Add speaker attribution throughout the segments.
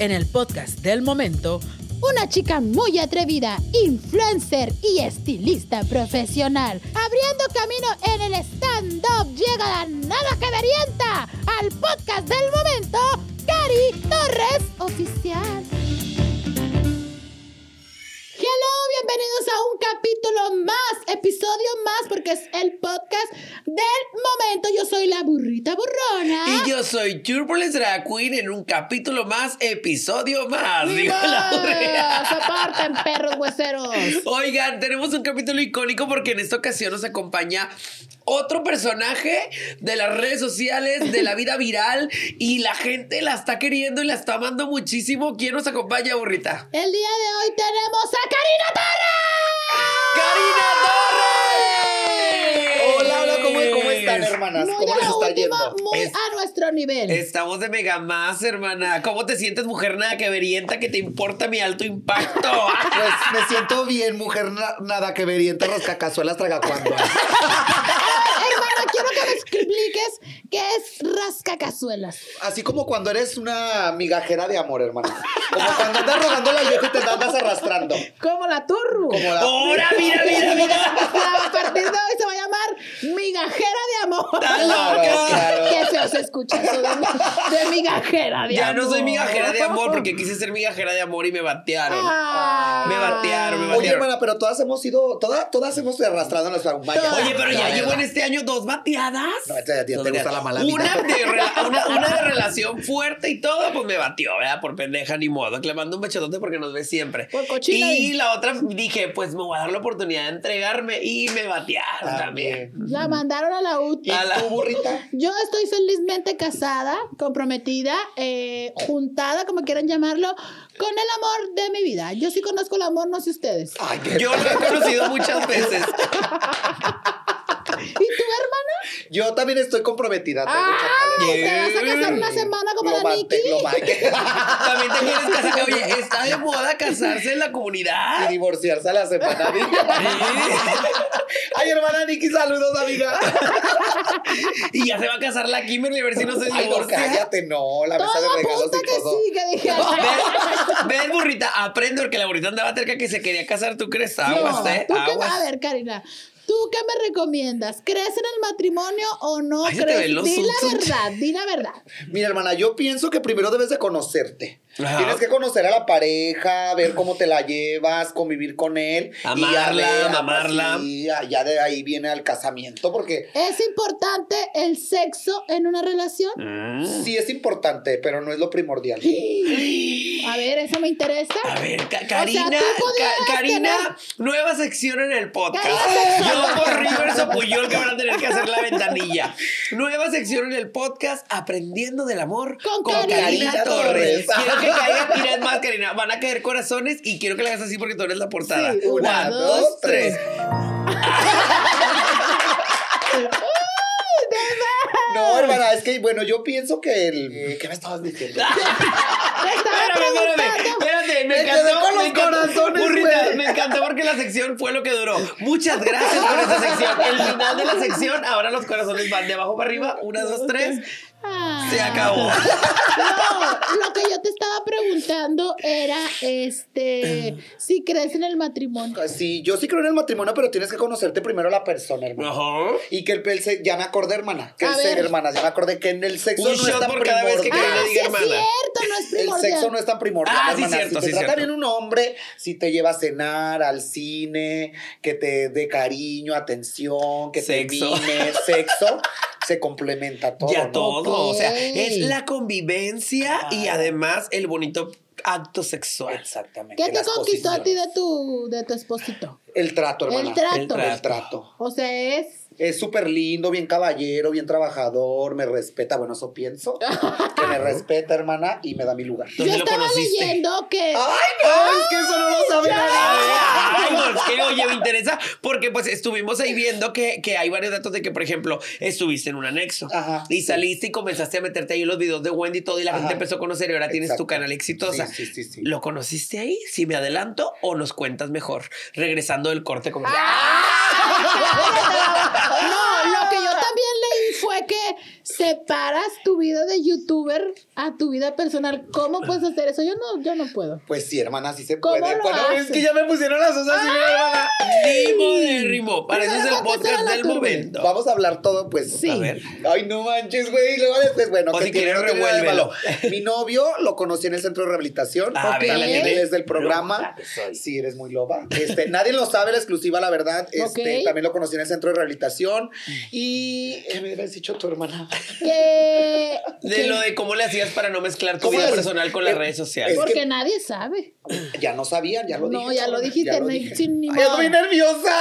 Speaker 1: en el podcast del momento,
Speaker 2: Una chica muy atrevida, influencer y estilista profesional. Abriendo camino en el stand-up llega la nada que verienta al podcast del momento, Cari Torres Oficial. Hello, bienvenidos a un capítulo más, episodio más, porque es el podcast del momento. Yo soy la burrita burrona.
Speaker 3: Y yo soy Turbulence Drag Queen en un capítulo más, episodio más. Digo la
Speaker 2: ¡Ah!
Speaker 3: Urrea.
Speaker 2: ¡Soporten, perros hueseros!
Speaker 3: Oigan, tenemos un capítulo icónico porque en esta ocasión nos acompaña otro personaje de las redes sociales, de la vida viral y la gente la está queriendo y la está amando muchísimo. ¿Quién nos acompaña, burrita?
Speaker 2: El día de hoy tenemos a Karina Torres.
Speaker 3: ¡Karina Torres!
Speaker 4: Hola, hola, ¿cómo, cómo están, hermanas?
Speaker 2: No,
Speaker 4: ¿Cómo
Speaker 2: ya
Speaker 4: les
Speaker 2: la
Speaker 4: está
Speaker 2: última,
Speaker 4: yendo?
Speaker 2: muy
Speaker 3: Es-
Speaker 2: a nuestro nivel.
Speaker 3: Estamos de Mega Más, hermana. ¿Cómo te sientes, mujer nada que verienta que te importa mi alto impacto?
Speaker 4: Pues me siento bien, mujer na- nada que verienta, rascacazuelas, tragacuandas.
Speaker 2: Hermana, Ah, quiero que me expliques qué es rascacazuelas.
Speaker 4: Así como cuando eres una migajera de amor, hermana. Como cuando andas rogándole al viejo y te andas arrastrando.
Speaker 2: Como la turru.
Speaker 4: Como la...
Speaker 3: ¡Ahora, mira, mira, mira!
Speaker 2: A partir de hoy se va a llamar migajera de amor.
Speaker 3: ¡Está loca!
Speaker 4: Claro.
Speaker 2: Qué feo se escucha eso de, de migajera de
Speaker 3: Ya
Speaker 2: amor.
Speaker 3: no soy migajera de amor porque quise ser migajera de amor y me batearon.
Speaker 2: Ah.
Speaker 3: Me batearon, me
Speaker 4: Oye,
Speaker 3: batearon.
Speaker 4: hermana, pero todas hemos sido... Todas, todas hemos arrastrado nuestra vaya.
Speaker 3: Oye, pero ya
Speaker 4: La
Speaker 3: llevo en
Speaker 4: verdad.
Speaker 3: este año dos bateadas.
Speaker 4: No, este a ti
Speaker 3: Dos
Speaker 4: te gusta
Speaker 3: bateadas.
Speaker 4: la mala vida.
Speaker 3: una de, rela- una, una de relación fuerte y todo, pues me batió, ¿verdad? Por pendeja, ni modo. Que le mando un bechotote porque nos ve siempre.
Speaker 2: Por cochina.
Speaker 3: Y la otra dije, pues me voy a dar la oportunidad de entregarme y me batearon
Speaker 4: Ah,
Speaker 3: también.
Speaker 2: La mandaron a la UTI.
Speaker 3: A la-
Speaker 4: ¿Tú, burrita?
Speaker 2: Yo estoy felizmente casada, comprometida, eh, juntada, como quieran llamarlo, con el amor de mi vida. Yo sí conozco el amor, no sé ustedes.
Speaker 4: Ay, qué... Yo...
Speaker 3: Yo lo he conocido muchas veces.
Speaker 2: ¿Y tu hermana?
Speaker 4: también estoy comprometida. tengo mucha
Speaker 2: ¡Ah!
Speaker 4: calor.
Speaker 2: ¿Te vas a casar una semana como
Speaker 4: Lo
Speaker 2: la
Speaker 4: manté-
Speaker 2: Nikki?
Speaker 4: Lo manté.
Speaker 3: También te quieres casar. Oye, está de moda casarse en la comunidad.
Speaker 4: y divorciarse a la semana. Ay, hermana Nikki, saludos, amiga.
Speaker 3: Y ya se va a casar la Kimberly a ver si no se
Speaker 4: Ay, no,
Speaker 3: divorcia.
Speaker 4: cállate, no. La mesa
Speaker 2: Todo
Speaker 4: de regalos
Speaker 2: apunta
Speaker 4: y
Speaker 2: que
Speaker 4: todo.
Speaker 2: sí, que dije.
Speaker 3: Ven, ven, burrita, aprende porque la burrita andaba cerca que se quería casar. ¿Tú crees? Aguas,
Speaker 2: No,
Speaker 3: ¿eh?
Speaker 2: ¿tú qué-
Speaker 3: Aguas.
Speaker 2: a ver, Karina, ¿tú qué me recomiendas? ¿Crees en el matrimonio o no
Speaker 3: Ay, se te
Speaker 2: crees?
Speaker 3: ven los
Speaker 2: Di la
Speaker 3: zunzos.
Speaker 2: verdad, di la verdad.
Speaker 4: Mira, hermana, yo pienso que primero debes de conocerte.
Speaker 3: Ajá.
Speaker 4: Tienes que conocer a la pareja, ver cómo te la llevas, convivir con él. y ya
Speaker 3: Amarla,
Speaker 4: de-
Speaker 3: mamarla.
Speaker 4: Sí, ya de ahí viene el casamiento, porque
Speaker 2: ¿Es importante el sexo en una relación?
Speaker 3: Ah.
Speaker 4: sí es importante, pero no es lo primordial.
Speaker 2: A ver, eso me interesa.
Speaker 3: A ver, Ca-
Speaker 2: O
Speaker 3: Karina,
Speaker 2: sea, tú podrías
Speaker 3: Ca- Karina, nueva sección en el podcast. Yo por Rivers o Puyol que van a tener que hacer la ventanilla. Nueva sección en el podcast, aprendiendo del amor
Speaker 2: Con
Speaker 3: Karina,
Speaker 4: Karina
Speaker 3: Torres.
Speaker 4: Torres.
Speaker 3: Quiero que caigan, mira, es más, Karina, van a caer corazones y quiero que la hagas así porque tú eres la portada.
Speaker 2: Sí,
Speaker 4: una, dos, tres. No, hermana, es que, bueno, yo pienso que el... eh, ¿Qué me estabas diciendo?
Speaker 2: Te estaba
Speaker 3: Espérame, espérame,
Speaker 2: preguntando.
Speaker 3: espérate, me
Speaker 4: Me quedé
Speaker 3: encantó.
Speaker 4: con
Speaker 3: me
Speaker 4: los
Speaker 3: encantó.
Speaker 4: corazones,
Speaker 3: Burrita,
Speaker 4: güey.
Speaker 3: me encantó porque la sección fue lo que duró. Muchas gracias por esa sección. El final de la sección, ahora los corazones van de abajo para arriba. Una, dos, tres.
Speaker 2: Ah.
Speaker 3: Se acabó.
Speaker 2: No, lo que yo te estaba preguntando era este si crees en el matrimonio.
Speaker 4: Sí, yo sí creo en el matrimonio, pero tienes que conocerte primero a la persona, hermana.
Speaker 3: Ajá.
Speaker 4: Y que el, el se- ya me acordé, hermana. Que
Speaker 2: A
Speaker 4: el se-
Speaker 2: ver.
Speaker 4: hermana, ya me acordé que en el sexo
Speaker 3: Un
Speaker 4: no es
Speaker 3: shot
Speaker 4: tan
Speaker 3: por cada vez que
Speaker 4: primordial.
Speaker 3: Karina
Speaker 4: Ah,
Speaker 2: Ah, sí
Speaker 3: diga,
Speaker 2: es
Speaker 3: hermana.
Speaker 2: cierto, no es
Speaker 4: El
Speaker 2: primordial.
Speaker 4: sexo no es tan primordial.
Speaker 3: Ah, sí,
Speaker 4: hermana.
Speaker 3: cierto,
Speaker 4: si
Speaker 3: sí,
Speaker 4: te trata
Speaker 3: cierto.
Speaker 4: bien un hombre, si te lleva a cenar, al cine, que te dé cariño, atención, que
Speaker 3: Sexo.
Speaker 4: te mime, sexo, se complementa todo.
Speaker 3: Ya
Speaker 4: ¿no?
Speaker 3: todo. O sea,
Speaker 2: Ok.
Speaker 3: es la convivencia y
Speaker 4: Ah.
Speaker 3: además el bonito acto sexual.
Speaker 4: Exactamente.
Speaker 2: ¿Qué te
Speaker 4: las
Speaker 2: conquistó a ti
Speaker 4: posiciones.
Speaker 2: de tu de tu esposito?
Speaker 4: El trato, hermana.
Speaker 2: El trato.
Speaker 3: El trato.
Speaker 4: El trato.
Speaker 2: O sea, es
Speaker 4: Es súper lindo, bien caballero, bien trabajador, me respeta. Bueno, eso pienso. que me respeta, hermana, y me da mi lugar.
Speaker 3: ¿Dónde
Speaker 2: yo
Speaker 3: lo
Speaker 2: estaba
Speaker 3: conociste?
Speaker 2: leyendo que
Speaker 4: no! Es que eso no lo sabe
Speaker 3: A ver, Ay, no, es que oye, me interesa porque pues estuvimos ahí viendo que, que hay varios datos de que, por ejemplo, estuviste en un anexo
Speaker 4: Ajá.
Speaker 3: y saliste y comenzaste a meterte ahí en los videos de Wendy y todo y la
Speaker 4: Ajá.
Speaker 3: gente empezó a conocer y ahora tienes tu
Speaker 4: Exacto.
Speaker 3: canal exitosa.
Speaker 4: Sí, sí, sí, sí.
Speaker 3: ¿Lo conociste ahí? Si me adelanto o nos cuentas mejor, regresando del corte como... ¡ah!
Speaker 2: No, lo que yo también leí fue que se separas tu vida de youtuber a tu vida personal. ¿Cómo puedes hacer eso? Yo no, yo no puedo.
Speaker 4: Pues sí, hermana, sí se
Speaker 2: ¿Cómo
Speaker 4: puede.
Speaker 2: lo
Speaker 4: Bueno,
Speaker 2: haces? Ah.
Speaker 4: es que ya me pusieron las osas y me van a-
Speaker 3: Ni modérrimo. Para eso es
Speaker 2: Primero
Speaker 3: el
Speaker 2: vamos a
Speaker 3: podcast
Speaker 2: la
Speaker 3: del
Speaker 2: turbina.
Speaker 3: momento.
Speaker 4: Vamos a hablar todo, pues.
Speaker 2: Sí.
Speaker 3: A ver.
Speaker 4: Ay, no manches, güey. Y luego después, bueno,
Speaker 3: O si
Speaker 4: tiene-
Speaker 3: quieres,
Speaker 4: no tiene nada de
Speaker 3: revuélvelo.
Speaker 4: malo. Mi novio lo conocí en el centro de rehabilitación.
Speaker 3: Ah,
Speaker 4: porque
Speaker 2: ve, la
Speaker 4: él
Speaker 3: tiene
Speaker 4: es del programa.
Speaker 3: loba que soy.
Speaker 4: Sí, eres muy loba. Este, nadie lo sabe, la exclusiva, la verdad. Este,
Speaker 2: Ok.
Speaker 4: También lo conocí en el centro de rehabilitación. Y ¿qué me hubieras dicho tu hermana.
Speaker 2: Que,
Speaker 3: De
Speaker 2: que-
Speaker 3: lo de cómo le hacías para no mezclar tu
Speaker 4: ¿Cómo
Speaker 3: vida
Speaker 4: le-
Speaker 3: personal con las
Speaker 4: eh,
Speaker 3: redes sociales.
Speaker 4: es
Speaker 2: porque
Speaker 4: que-
Speaker 2: nadie sabe.
Speaker 4: Ya no sabían, ya lo
Speaker 2: No,
Speaker 4: dije.
Speaker 2: ya lo
Speaker 4: cabrón,
Speaker 2: dijiste,
Speaker 4: ya lo
Speaker 2: no hay-
Speaker 4: dije.
Speaker 2: sin ni
Speaker 4: Ay,
Speaker 2: modo.
Speaker 4: estoy nerviosa.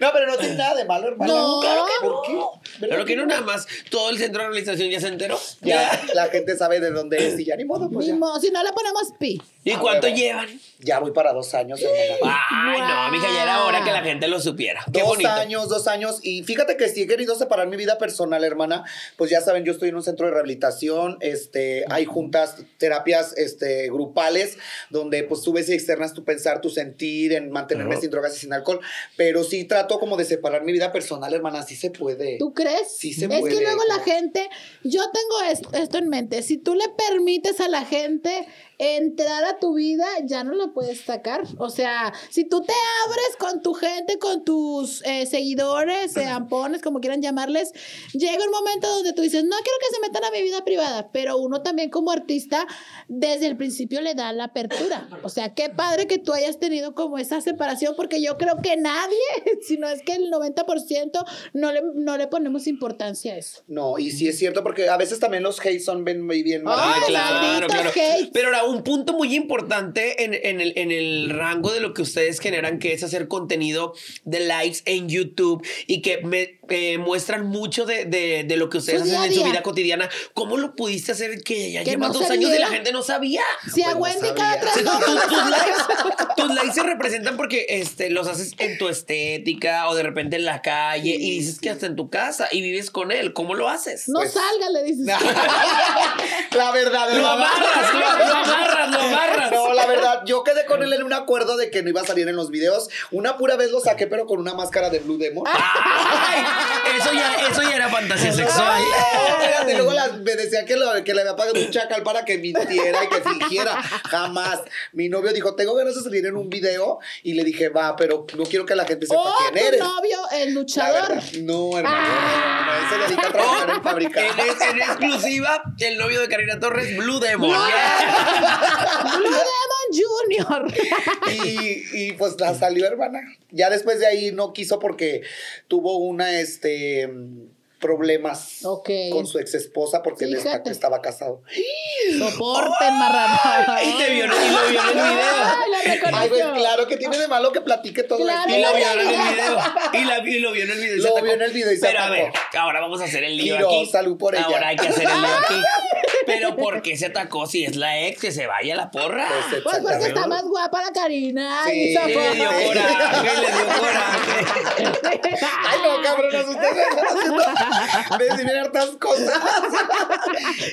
Speaker 4: no, pero no tiene nada de malo, hermana.
Speaker 2: No. Claro que
Speaker 4: ¿Por qué?
Speaker 3: Pero que no nada más, todo el centro de realización ya se enteró.
Speaker 4: Ya, la gente sabe de dónde es y ya ni modo, pues
Speaker 2: Ni
Speaker 4: ya.
Speaker 2: modo, si no le ponemos pi.
Speaker 3: ¿Y
Speaker 4: Ah,
Speaker 3: cuánto
Speaker 4: huevo.
Speaker 3: llevan?
Speaker 4: Ya voy para dos años, hermana.
Speaker 3: Ay,
Speaker 2: Guau.
Speaker 3: no, mija, ya era hora que la gente lo supiera. Ah, Qué
Speaker 4: dos
Speaker 3: bonito.
Speaker 4: años, dos años. Y fíjate que si he querido separar mi vida personal, hermana, pues ya saben, yo estoy en un centro de rehabilitación, este, hay juntas, terapias este, grupales, donde pues tú ves y externas tu pensar, tu sentir, en mantenerme
Speaker 3: Ajá.
Speaker 4: sin drogas y sin alcohol. Pero sí trato como de separar mi vida personal, hermana, sí se puede.
Speaker 2: ¿Tú crees?
Speaker 4: Sí se
Speaker 2: es
Speaker 4: puede,
Speaker 2: que luego la
Speaker 4: claro.
Speaker 2: gente, yo tengo es- esto, en mente, si tú le permites a la gente entrar a tu vida, ya no la puedes sacar. O sea, si tú te abres con tu gente, con tus eh, seguidores, eh, ampones, como quieran llamarles, llega un momento donde tú dices, no quiero que se metan a mi vida privada, pero uno también como artista desde el principio le da la apertura. O sea, qué padre que tú hayas tenido como esa separación, porque yo creo que nadie, si no es que el 90% no le, no le ponemos importancia a eso.
Speaker 4: No, y sí es cierto, porque a veces también los hate son bien, muy bien.
Speaker 3: Ah,
Speaker 2: Ay,
Speaker 3: claro,
Speaker 2: malditos
Speaker 3: claro.
Speaker 2: hates.
Speaker 3: Pero ahora, un punto muy importante en, en el, en el rango de lo que ustedes generan, que es hacer contenido de lives en YouTube y que me, eh, muestran mucho de, de- de lo que ustedes
Speaker 2: Su día
Speaker 3: hacen
Speaker 2: a
Speaker 3: en su
Speaker 2: día.
Speaker 3: vida cotidiana. ¿Cómo lo pudiste hacer que ya
Speaker 2: Que
Speaker 3: llevas
Speaker 2: no
Speaker 3: dos años y la
Speaker 2: sabía.
Speaker 3: gente no sabía?
Speaker 2: Si a
Speaker 4: Pues no
Speaker 2: Wendy
Speaker 4: sabía.
Speaker 2: cada tres
Speaker 3: Sí, tú- tú- tus, likes, tus likes se representan porque este, los haces en tu estética o de repente en la calle y dices que hasta en tu casa y vives con él. ¿Cómo lo haces?
Speaker 2: no
Speaker 4: Pues-
Speaker 2: salga, le dices.
Speaker 4: La verdad,
Speaker 3: Lo amarras, lo, lo amarras, lo amarras.
Speaker 4: No, la verdad, yo quedé con él en un acuerdo de que no iba a salir en los videos. Una pura vez lo saqué, pero con una máscara de Blue Demon.
Speaker 3: Ah. Ay, eso, ya, eso ya era fantasía sexual.
Speaker 4: Espérate, Y luego las- me decía que, lo- que le había pagado un chacal para que mintiera y que fingiera. Jamás. Mi novio dijo, tengo ganas de salir en un video. Y le dije, va, pero no quiero que la gente sepa
Speaker 2: Oh,
Speaker 4: quién
Speaker 2: tu
Speaker 4: eres.
Speaker 2: novio, el
Speaker 4: La
Speaker 2: luchador.
Speaker 4: verdad, no, hermano. no, no, él se dedica a trabajar en fábrica.
Speaker 3: En, ex- en exclusiva, el novio de Karina Torres, Blue Demon.
Speaker 2: Blue Demon Jr.
Speaker 4: y, y, pues la salió hermana. Ya después de ahí no quiso porque tuvo una, este, mm, problemas
Speaker 2: Ok.
Speaker 4: con su ex esposa porque él está-
Speaker 2: Fíjate.
Speaker 4: estaba casado.
Speaker 2: Soporten, marranadas.
Speaker 3: Y te vio, y lo vio en el video.
Speaker 2: Ay, la reconoció.
Speaker 4: Ay, güey, claro que tiene de malo que platique todo
Speaker 2: Claro.
Speaker 3: Y
Speaker 4: esto.
Speaker 3: lo vio en el video. Y, la, y lo vio en el video. y se
Speaker 4: Lo
Speaker 3: atacó.
Speaker 4: vio en el video y se
Speaker 3: Pero
Speaker 4: atacó.
Speaker 3: a ver, ahora vamos a hacer el lío
Speaker 4: Quiroz,
Speaker 3: aquí.
Speaker 4: salud por ella.
Speaker 3: Ahora hay que hacer el lío aquí. Pero ¿por qué se atacó si es la ex? Que se vaya la porra.
Speaker 4: Pues,
Speaker 2: Pues porque
Speaker 4: exactamente.
Speaker 2: está más guapa la Karina.
Speaker 4: Sí,
Speaker 2: y esa
Speaker 3: le dio
Speaker 2: forma.
Speaker 3: coraje, le dio coraje.
Speaker 4: Ay, no, cabronas, ustedes están haciendo de decir hartas cosas.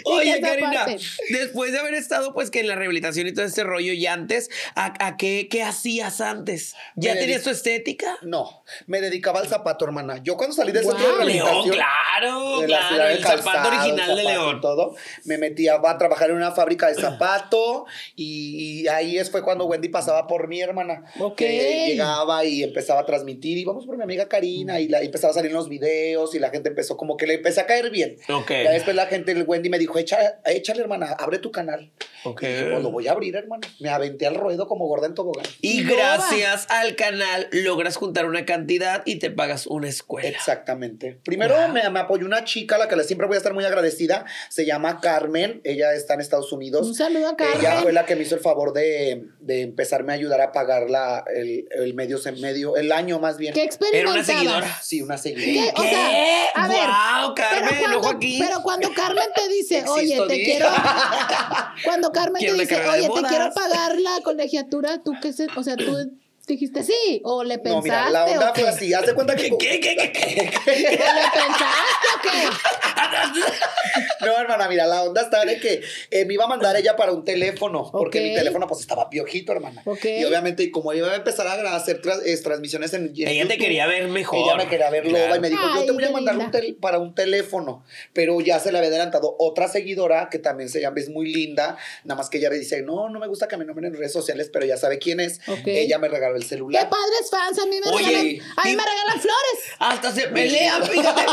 Speaker 3: Oye,
Speaker 2: esa
Speaker 3: Karina,
Speaker 2: parte.
Speaker 3: después de haber estado pues que en la rehabilitación y todo este rollo y antes, ¿a, a qué, qué hacías antes? ¿Ya
Speaker 4: Me
Speaker 3: tenías
Speaker 4: dedico-
Speaker 3: tu estética?
Speaker 4: No, me dedicaba al zapato, hermana. Yo cuando salí del
Speaker 2: Guau.
Speaker 4: centro de
Speaker 3: León,
Speaker 4: Ah, rehabilitación...
Speaker 3: claro,
Speaker 4: de la
Speaker 3: claro,
Speaker 4: ciudad
Speaker 3: el
Speaker 4: del
Speaker 3: zapato
Speaker 4: calzado,
Speaker 3: original
Speaker 4: el
Speaker 3: de
Speaker 4: zapato y
Speaker 3: León.
Speaker 4: Todo. Me metía a trabajar en una fábrica de zapato y, y ahí es- fue cuando Wendy pasaba por mi hermana.
Speaker 2: Ok.
Speaker 4: Que llegaba y empezaba a transmitir y vamos por mi amiga Karina y la, y empezaba a salir en los videos y la gente empezó como que le empecé a caer bien.
Speaker 3: Ok.
Speaker 4: Ya después la gente, el Wendy me dijo, "Echa- échale hermana, abre tu canal.
Speaker 3: Ok.
Speaker 4: Y dije, "Pues, lo voy a abrir hermana. Me aventé al ruedo como gorda en tobogán.
Speaker 3: Y
Speaker 2: Loba.
Speaker 3: gracias al canal logras juntar una cantidad y te pagas una escuela.
Speaker 4: Exactamente. Primero me, me apoyó una chica a la que le siempre voy a estar muy agradecida. Se llama Carmen. Ella está en Estados Unidos.
Speaker 2: Un saludo a
Speaker 4: Ella fue
Speaker 2: Carmen.
Speaker 4: la que me hizo el favor de, de empezarme a ayudar a pagar la, el, el medio, sem- medio, el año más bien.
Speaker 2: Que
Speaker 3: Era una
Speaker 2: experimentabas.
Speaker 3: seguidora.
Speaker 4: Sí, una
Speaker 2: ¿Qué?
Speaker 4: seguidora.
Speaker 2: O sea, a ver. Pero
Speaker 3: ¡Guau, Carmen!
Speaker 2: cuando,
Speaker 3: ¡Ojo aquí!
Speaker 2: pero cuando Carmen te dice,
Speaker 4: Existo,
Speaker 2: oye, te
Speaker 4: di.
Speaker 2: quiero. Cuando Carmen
Speaker 3: Quiero
Speaker 2: te
Speaker 3: una
Speaker 2: dice,
Speaker 3: carrera de
Speaker 2: oye, te
Speaker 3: bodas".
Speaker 2: quiero pagar la colegiatura, tú qué sé, o sea, tú Dijiste sí, o le pensaste.
Speaker 4: No, mira, la onda
Speaker 2: o qué?
Speaker 4: fue así. Haz de cuenta que.
Speaker 3: ¿Qué, qué, qué, qué?
Speaker 2: ¿O le pensaste o qué?
Speaker 4: No, hermana, mira, la onda está de que eh, me iba a mandar ella para un teléfono, porque
Speaker 2: Ok.
Speaker 4: mi teléfono pues estaba piojito, hermana.
Speaker 2: Ok.
Speaker 4: Y obviamente, y como iba a empezar a gra- hacer tras- eh, transmisiones en, en
Speaker 3: Ella te
Speaker 4: YouTube,
Speaker 3: quería ver mejor.
Speaker 4: Ella me quería ver loba
Speaker 3: Claro.
Speaker 4: y me dijo,
Speaker 2: Ay,
Speaker 4: yo te voy a
Speaker 2: qué
Speaker 4: mandar un
Speaker 2: linda.
Speaker 4: tel- para un teléfono, pero ya se le había adelantado otra seguidora que también se llama, es muy linda, nada más que ella le dice, no, no me gusta que me nombren en redes sociales, pero ya sabe quién es.
Speaker 2: Ok.
Speaker 4: Ella me regaló el
Speaker 2: Qué
Speaker 4: celular.
Speaker 2: padres fans, a mí me
Speaker 3: Oye,
Speaker 2: regalan, a mí
Speaker 3: di-
Speaker 2: me regalan flores.
Speaker 3: Hasta se pelean, fíjate.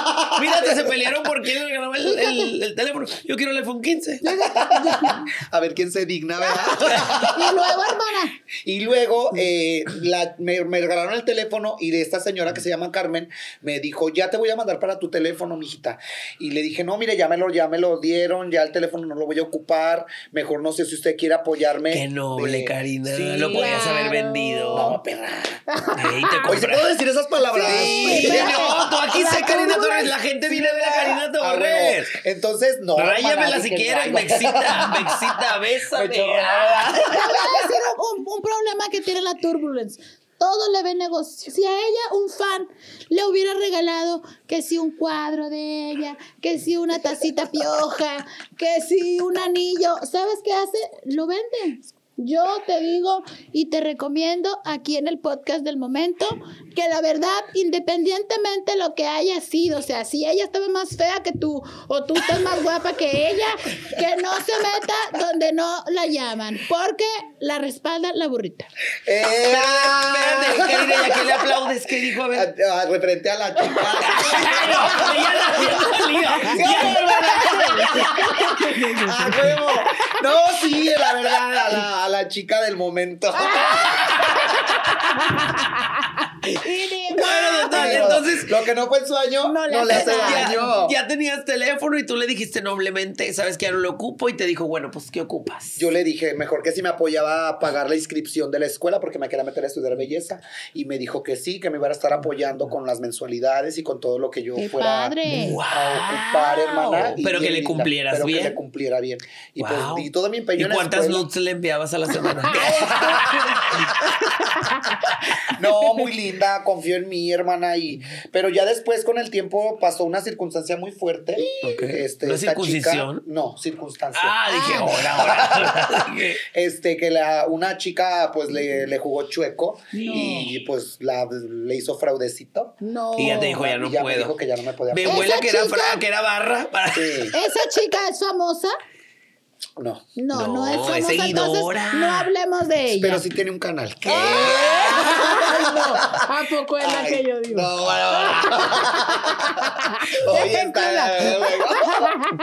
Speaker 3: Fíjate, se pelearon por quién le ganaba el, el- el teléfono. Yo quiero el iPhone 15.
Speaker 4: A ver quién se digna, ¿verdad?
Speaker 2: Y luego, hermana,
Speaker 4: Y luego eh, la- me, me regalaron el teléfono y de esta señora que se llama Carmen me dijo, ya te voy a mandar para tu teléfono, mijita. Y le dije, no, mire, ya me lo, ya me lo dieron, ya el teléfono no lo voy a ocupar, mejor no sé si usted quiere apoyarme.
Speaker 3: Qué noble,
Speaker 4: Eh,
Speaker 3: Karina.
Speaker 4: sí.
Speaker 3: lo podías haber
Speaker 2: claro.
Speaker 3: vendido.
Speaker 4: No, perra.
Speaker 3: Ey, te
Speaker 4: Oye, ¿se
Speaker 3: compras.
Speaker 4: puedo decir esas palabras?
Speaker 3: Sí,
Speaker 2: Sí,
Speaker 3: no, tú aquí
Speaker 2: La
Speaker 3: sé Karina
Speaker 2: Torres.
Speaker 3: Torres. La gente viene a ver a Karina
Speaker 4: Ah, bueno.
Speaker 3: Torres.
Speaker 4: Entonces, no.
Speaker 3: Ráyamela
Speaker 4: hermana,
Speaker 3: si
Speaker 4: dije,
Speaker 3: quieres,
Speaker 4: no.
Speaker 3: me excita, me excita, bésame.
Speaker 4: Me chorraba.
Speaker 2: te voy a decir un, un- un problema que tiene la Turbulence. Todo le ve negocio. Si a ella, un fan, le hubiera regalado que si un cuadro de ella, que si una tacita pioja, que si un anillo, ¿sabes qué hace? Lo vende. Yo te digo y te recomiendo aquí en el podcast del momento que la verdad, independientemente lo que haya sido, o sea, si ella estaba más fea que tú o tú estás más guapa que ella, que no se meta donde no la llaman, porque la respalda la burrita.
Speaker 4: Eh,
Speaker 3: Espérate, Karina, ¿y a quién le aplaudes? ¿Qué dijo? A ver.
Speaker 4: ah, ah, referente a la chica.
Speaker 3: Ay, no, ella la había salido.
Speaker 4: ¡Ah, huevo! No, sí, la verdad, a la, a la chica del momento.
Speaker 3: Ah, Bueno, total, entonces
Speaker 4: Lo que no fue en su año, no le, hace
Speaker 3: ya,
Speaker 4: daño.
Speaker 3: ya tenías teléfono y tú le dijiste noblemente, sabes que ya no lo ocupo y te dijo, bueno, pues ¿qué ocupas?
Speaker 4: Yo le dije, mejor que si me apoyaba a pagar la inscripción de la escuela porque me quería meter a estudiar belleza. Y me dijo que sí, que me iba a estar apoyando con las mensualidades y con todo lo que yo
Speaker 2: ¡Qué
Speaker 4: fuera
Speaker 2: padre!
Speaker 4: a ocupar, hermana. Y
Speaker 3: Pero que
Speaker 4: bien
Speaker 3: le
Speaker 4: linda,
Speaker 3: cumplieras
Speaker 4: pero
Speaker 3: bien.
Speaker 4: que le cumpliera bien. Y
Speaker 3: Wow.
Speaker 4: pues di todo mi empeño
Speaker 3: ¿Y
Speaker 4: en la
Speaker 3: cuántas
Speaker 4: escuela.
Speaker 3: nudes le enviabas a la semana?
Speaker 4: No, muy linda, confió en mí, hermana. Y, pero ya después, con el tiempo, pasó una circunstancia muy fuerte.
Speaker 3: Ok.
Speaker 4: Este,
Speaker 3: ¿No
Speaker 4: esta
Speaker 3: circuncisión?
Speaker 4: chica- no, circunstancia.
Speaker 3: ah, dije, ahora, ahora. Dije,
Speaker 4: Este, que la, una chica, pues, le, le jugó chueco y, pues, la, le hizo fraudecito.
Speaker 2: No.
Speaker 3: Y ya te dijo, ya no
Speaker 4: Y ya me
Speaker 3: puedo.
Speaker 4: dijo que ya no me podía
Speaker 3: Me
Speaker 4: apoyar.
Speaker 3: huele que era,
Speaker 2: chica-
Speaker 3: fra- que era barra. para-
Speaker 4: Sí,
Speaker 2: ¿Esa chica es famosa?
Speaker 4: no.
Speaker 2: No, no,
Speaker 3: No,
Speaker 2: es
Speaker 3: es
Speaker 2: famosa.
Speaker 3: seguidora.
Speaker 2: entonces, no hablemos de ella. Ah,
Speaker 4: Pero sí tiene un canal. ¿Qué?
Speaker 2: Ay, no. ¿A poco es la
Speaker 4: Ay,
Speaker 2: que yo digo?
Speaker 4: No, no. Oye, está...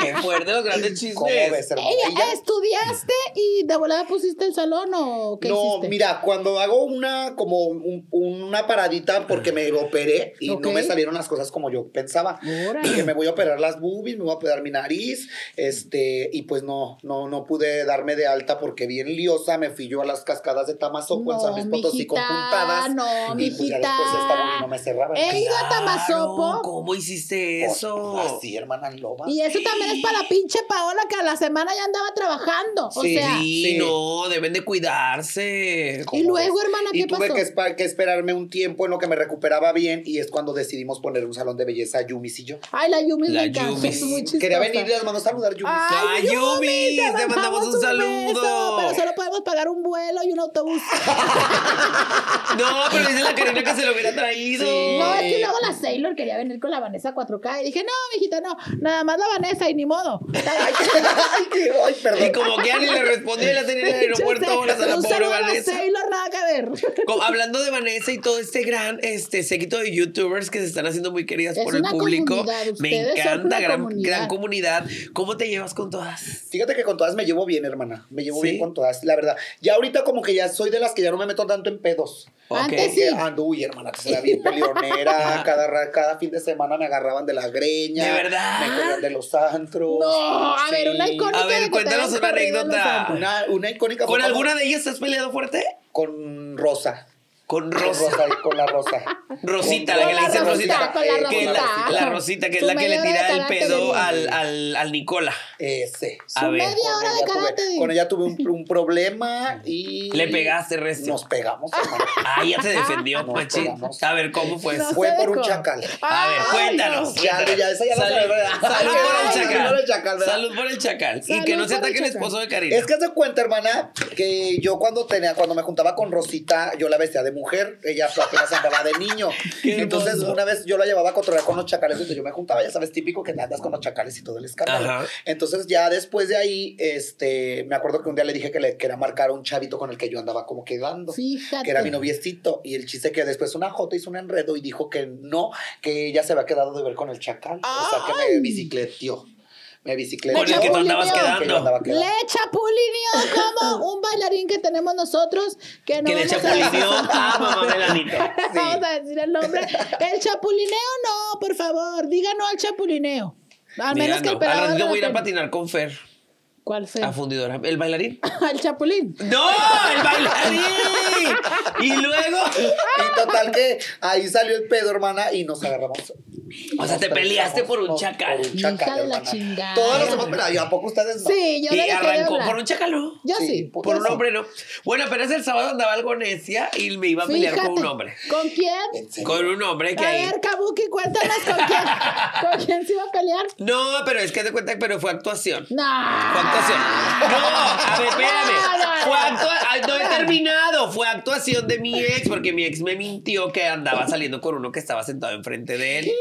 Speaker 3: Qué fuerte los grandes
Speaker 4: ¿Cómo
Speaker 3: chismes.
Speaker 4: ves, hermana?
Speaker 2: Ella,
Speaker 4: Ella-
Speaker 2: ¿Estudiaste y de volada pusiste el salón o qué
Speaker 4: no,
Speaker 2: hiciste?
Speaker 4: mira, cuando hago una como un- una paradita porque me operé y
Speaker 2: Ok.
Speaker 4: no me salieron las cosas como yo pensaba.
Speaker 2: Órale.
Speaker 4: Que me voy a operar las boobies, me voy a operar mi nariz, este, y pues no, no, no pude darme de alta porque bien liosa me fui yo a las cascadas de Tamazopo en San Luis Potosí con
Speaker 2: mijita,
Speaker 4: puntadas.
Speaker 2: No,
Speaker 4: y pues ya después
Speaker 2: mijita.
Speaker 4: esta no me cerraba.
Speaker 2: He ido a
Speaker 3: Claro,
Speaker 2: Tamazopo.
Speaker 3: ¿Cómo hiciste eso?
Speaker 4: Así, hermana loba.
Speaker 2: Y eso también es para pinche Paola que a la semana ya andaba trabajando. O
Speaker 4: Sí.
Speaker 2: sea,
Speaker 3: Sí,
Speaker 4: Sí.
Speaker 3: no, deben de cuidarse.
Speaker 2: y luego, hermana,
Speaker 4: Y
Speaker 2: ¿qué
Speaker 4: tuve
Speaker 2: pasó?
Speaker 4: que, espa- que esperarme un tiempo en lo que me recuperaba bien y es cuando decidimos poner un salón de belleza Yumis y yo.
Speaker 2: Ay, la Yumi
Speaker 3: La
Speaker 2: me encanta.
Speaker 3: Yumi.
Speaker 2: es muy
Speaker 4: Pues, Quería
Speaker 2: chistosa.
Speaker 4: venir y les mando a saludar Yumis.
Speaker 2: Ay,
Speaker 3: Ay, Yumi,
Speaker 2: Yumi,
Speaker 3: te mandamos un
Speaker 2: beso,
Speaker 3: saludo.
Speaker 2: pero solo podemos pagar un vuelo y un autobús.
Speaker 3: No, pero dice la Karina que se lo hubiera traído.
Speaker 2: No, es que luego la Sailor quería venir con la Vanessa 4K y dije, no, mijito, no, nada más la Vanessa y ni modo.
Speaker 4: Ay, qué- ay,
Speaker 3: Y
Speaker 4: perdón.
Speaker 3: como que Ani le respondió y la tenía en el aeropuerto horas a la
Speaker 2: Un
Speaker 3: pobre
Speaker 2: saludo a la
Speaker 3: Vanessa.
Speaker 2: Sailor, nada que ver.
Speaker 3: Como- hablando de Vanessa y todo este gran este séquito de youtubers que se están haciendo muy queridas
Speaker 2: Es
Speaker 3: por el
Speaker 2: una
Speaker 3: público.
Speaker 2: comunidad,
Speaker 3: Me
Speaker 2: ustedes son
Speaker 3: encanta,
Speaker 2: una
Speaker 3: gran
Speaker 2: comunidad.
Speaker 3: gran comunidad. ¿Cómo te llevas con todas?
Speaker 4: Fíjate que con todas me llevo bien, hermana. Me llevo
Speaker 3: ¿Sí?
Speaker 4: bien con todas, la verdad. Ya ahorita como que ya soy de las que ya no me meto tanto en pedos.
Speaker 2: Antes
Speaker 3: Ok.
Speaker 2: sí.
Speaker 4: Que ando, uy, hermana, que será bien peleonera. cada, ra- cada fin de semana me agarraban de la greña.
Speaker 3: ¿De verdad?
Speaker 4: Me corrían de los antros.
Speaker 2: No, a ver, una
Speaker 4: Sí.
Speaker 2: icónica.
Speaker 3: A ver,
Speaker 2: de que te
Speaker 3: cuéntanos
Speaker 2: hayan
Speaker 3: una
Speaker 2: corrido
Speaker 3: anécdota.
Speaker 2: los santos.
Speaker 4: Una, una icónica.
Speaker 3: ¿Con
Speaker 4: fue cuando-
Speaker 3: alguna de ellas te has peleado fuerte?
Speaker 4: Con Rosa.
Speaker 3: Con
Speaker 4: Con
Speaker 3: Rosa.
Speaker 4: Rosa, con la Rosa.
Speaker 3: Rosita,
Speaker 4: Con-
Speaker 3: la que le
Speaker 2: la
Speaker 3: dicen Rosita. eh,
Speaker 2: Rosita, con la
Speaker 3: que es
Speaker 2: Rosita.
Speaker 3: la Rosita, que es
Speaker 2: Su
Speaker 3: la que le
Speaker 2: medio
Speaker 3: tira
Speaker 2: de
Speaker 3: el
Speaker 2: carácter
Speaker 3: pedo
Speaker 2: bien.
Speaker 3: al, al, al Nicola.
Speaker 4: Ese.
Speaker 3: A ver.
Speaker 2: medio- Media hora de
Speaker 4: ella tuve-
Speaker 2: karate.
Speaker 4: con ella tuve un, un problema y.
Speaker 3: Le pegaste, pues. recio.
Speaker 4: Nos pegamos. hermano.
Speaker 3: Ah, ya se defendió,
Speaker 4: No,
Speaker 3: machín.
Speaker 4: vamos.
Speaker 3: A ver, ¿cómo fue?
Speaker 2: No
Speaker 3: eso?
Speaker 4: Fue
Speaker 2: se
Speaker 4: por un
Speaker 2: dejó.
Speaker 4: chacal.
Speaker 3: A ver,
Speaker 2: Ay,
Speaker 3: cuéntanos.
Speaker 4: Ya,
Speaker 3: cuéntanos.
Speaker 4: ya, esa ya la
Speaker 3: Salud,
Speaker 4: sabes, ¿verdad?
Speaker 3: salud
Speaker 4: Ay, salud
Speaker 3: por
Speaker 4: por
Speaker 3: el
Speaker 4: el
Speaker 3: chacal.
Speaker 4: chacal, ¿verdad?
Speaker 3: Salud por el chacal. Y
Speaker 2: Salud
Speaker 3: que no se
Speaker 2: por el
Speaker 3: ataque el
Speaker 2: chacal.
Speaker 3: esposo de Karina.
Speaker 4: Es que se cuenta, hermana, que yo cuando tenía, cuando me juntaba con Rosita, yo la vestía de mujer, ella apenas andaba de niño.
Speaker 3: Qué
Speaker 4: Entonces,
Speaker 3: hermoso.
Speaker 4: una vez yo la llevaba a cotorrear con los chacales, entonces yo me juntaba, ya sabes, típico que andas con los chacales y todo el escándalo.
Speaker 3: Ajá.
Speaker 4: Entonces, ya después de ahí, este, me acuerdo que un día le dije que le quería marcar a un chavito con el que yo andaba como quedando.
Speaker 2: Fíjate.
Speaker 4: Que era mi noviecito, y el chiste que después una Jota hizo un enredo y dijo que no, que ella se había quedado de ver con el chacal. O sea, que
Speaker 2: ¡Ay!
Speaker 4: me bicicleteó. Me bicicleteó.
Speaker 3: Con el que tú andabas
Speaker 2: Julio,
Speaker 4: Que yo
Speaker 3: quedando.
Speaker 4: andaba quedando.
Speaker 2: Le chapulineó como un bailarín que tenemos nosotros que no
Speaker 3: Que le
Speaker 2: vamos a-
Speaker 3: chapulineó a mamá Melanita.
Speaker 4: Sí.
Speaker 2: Vamos a decir el nombre. El chapulineo no, por favor. Díganos al chapulineo. Al menos que
Speaker 3: Mira,
Speaker 2: el
Speaker 3: no. Al
Speaker 2: pelado.
Speaker 3: ratito
Speaker 2: no
Speaker 3: voy a ir a
Speaker 2: la tenga.
Speaker 3: patinar con Fer.
Speaker 2: ¿Cuál fue?
Speaker 3: A fundidora. ¿El bailarín?
Speaker 2: Al chapulín.
Speaker 3: ¡No! ¡El bailarín! Y luego.
Speaker 4: Y total que ahí salió el pedo, hermana, y nos agarramos.
Speaker 3: O sea, te
Speaker 4: Nos
Speaker 3: peleaste por un
Speaker 4: nos-
Speaker 3: chacal.
Speaker 4: Por un
Speaker 2: Hija
Speaker 4: chacal,
Speaker 2: de la
Speaker 4: hermana.
Speaker 2: chingada.
Speaker 4: Todos los hemos peleado. ¿y ¿A poco ustedes no?
Speaker 2: Sí, yo no
Speaker 3: Y
Speaker 2: le quería
Speaker 3: arrancó
Speaker 2: hablar.
Speaker 3: por un chacalón.
Speaker 2: Yo
Speaker 4: Sí,
Speaker 2: sí.
Speaker 4: por
Speaker 3: Por
Speaker 2: yo
Speaker 3: un
Speaker 2: sí.
Speaker 3: hombre, no. Bueno, apenas el sábado andaba algo necia y me iba a pelear con un
Speaker 2: Fíjate.
Speaker 3: hombre.
Speaker 2: ¿Con quién?
Speaker 4: En serio.
Speaker 3: Con un hombre que
Speaker 2: A
Speaker 3: ahí.
Speaker 2: ver, Kabuki, cuéntanos con quién. ¿Con quién se iba a pelear?
Speaker 3: No, pero es que te cuenta, pero fue actuación.
Speaker 2: No.
Speaker 3: Fue actuación. No, a ver, espérame.
Speaker 2: Ah. No, no, no.
Speaker 3: Fue actua- Ay, No he terminado. Fue actuación de mi ex, porque mi ex me mintió que andaba saliendo con uno que estaba sentado enfrente de él.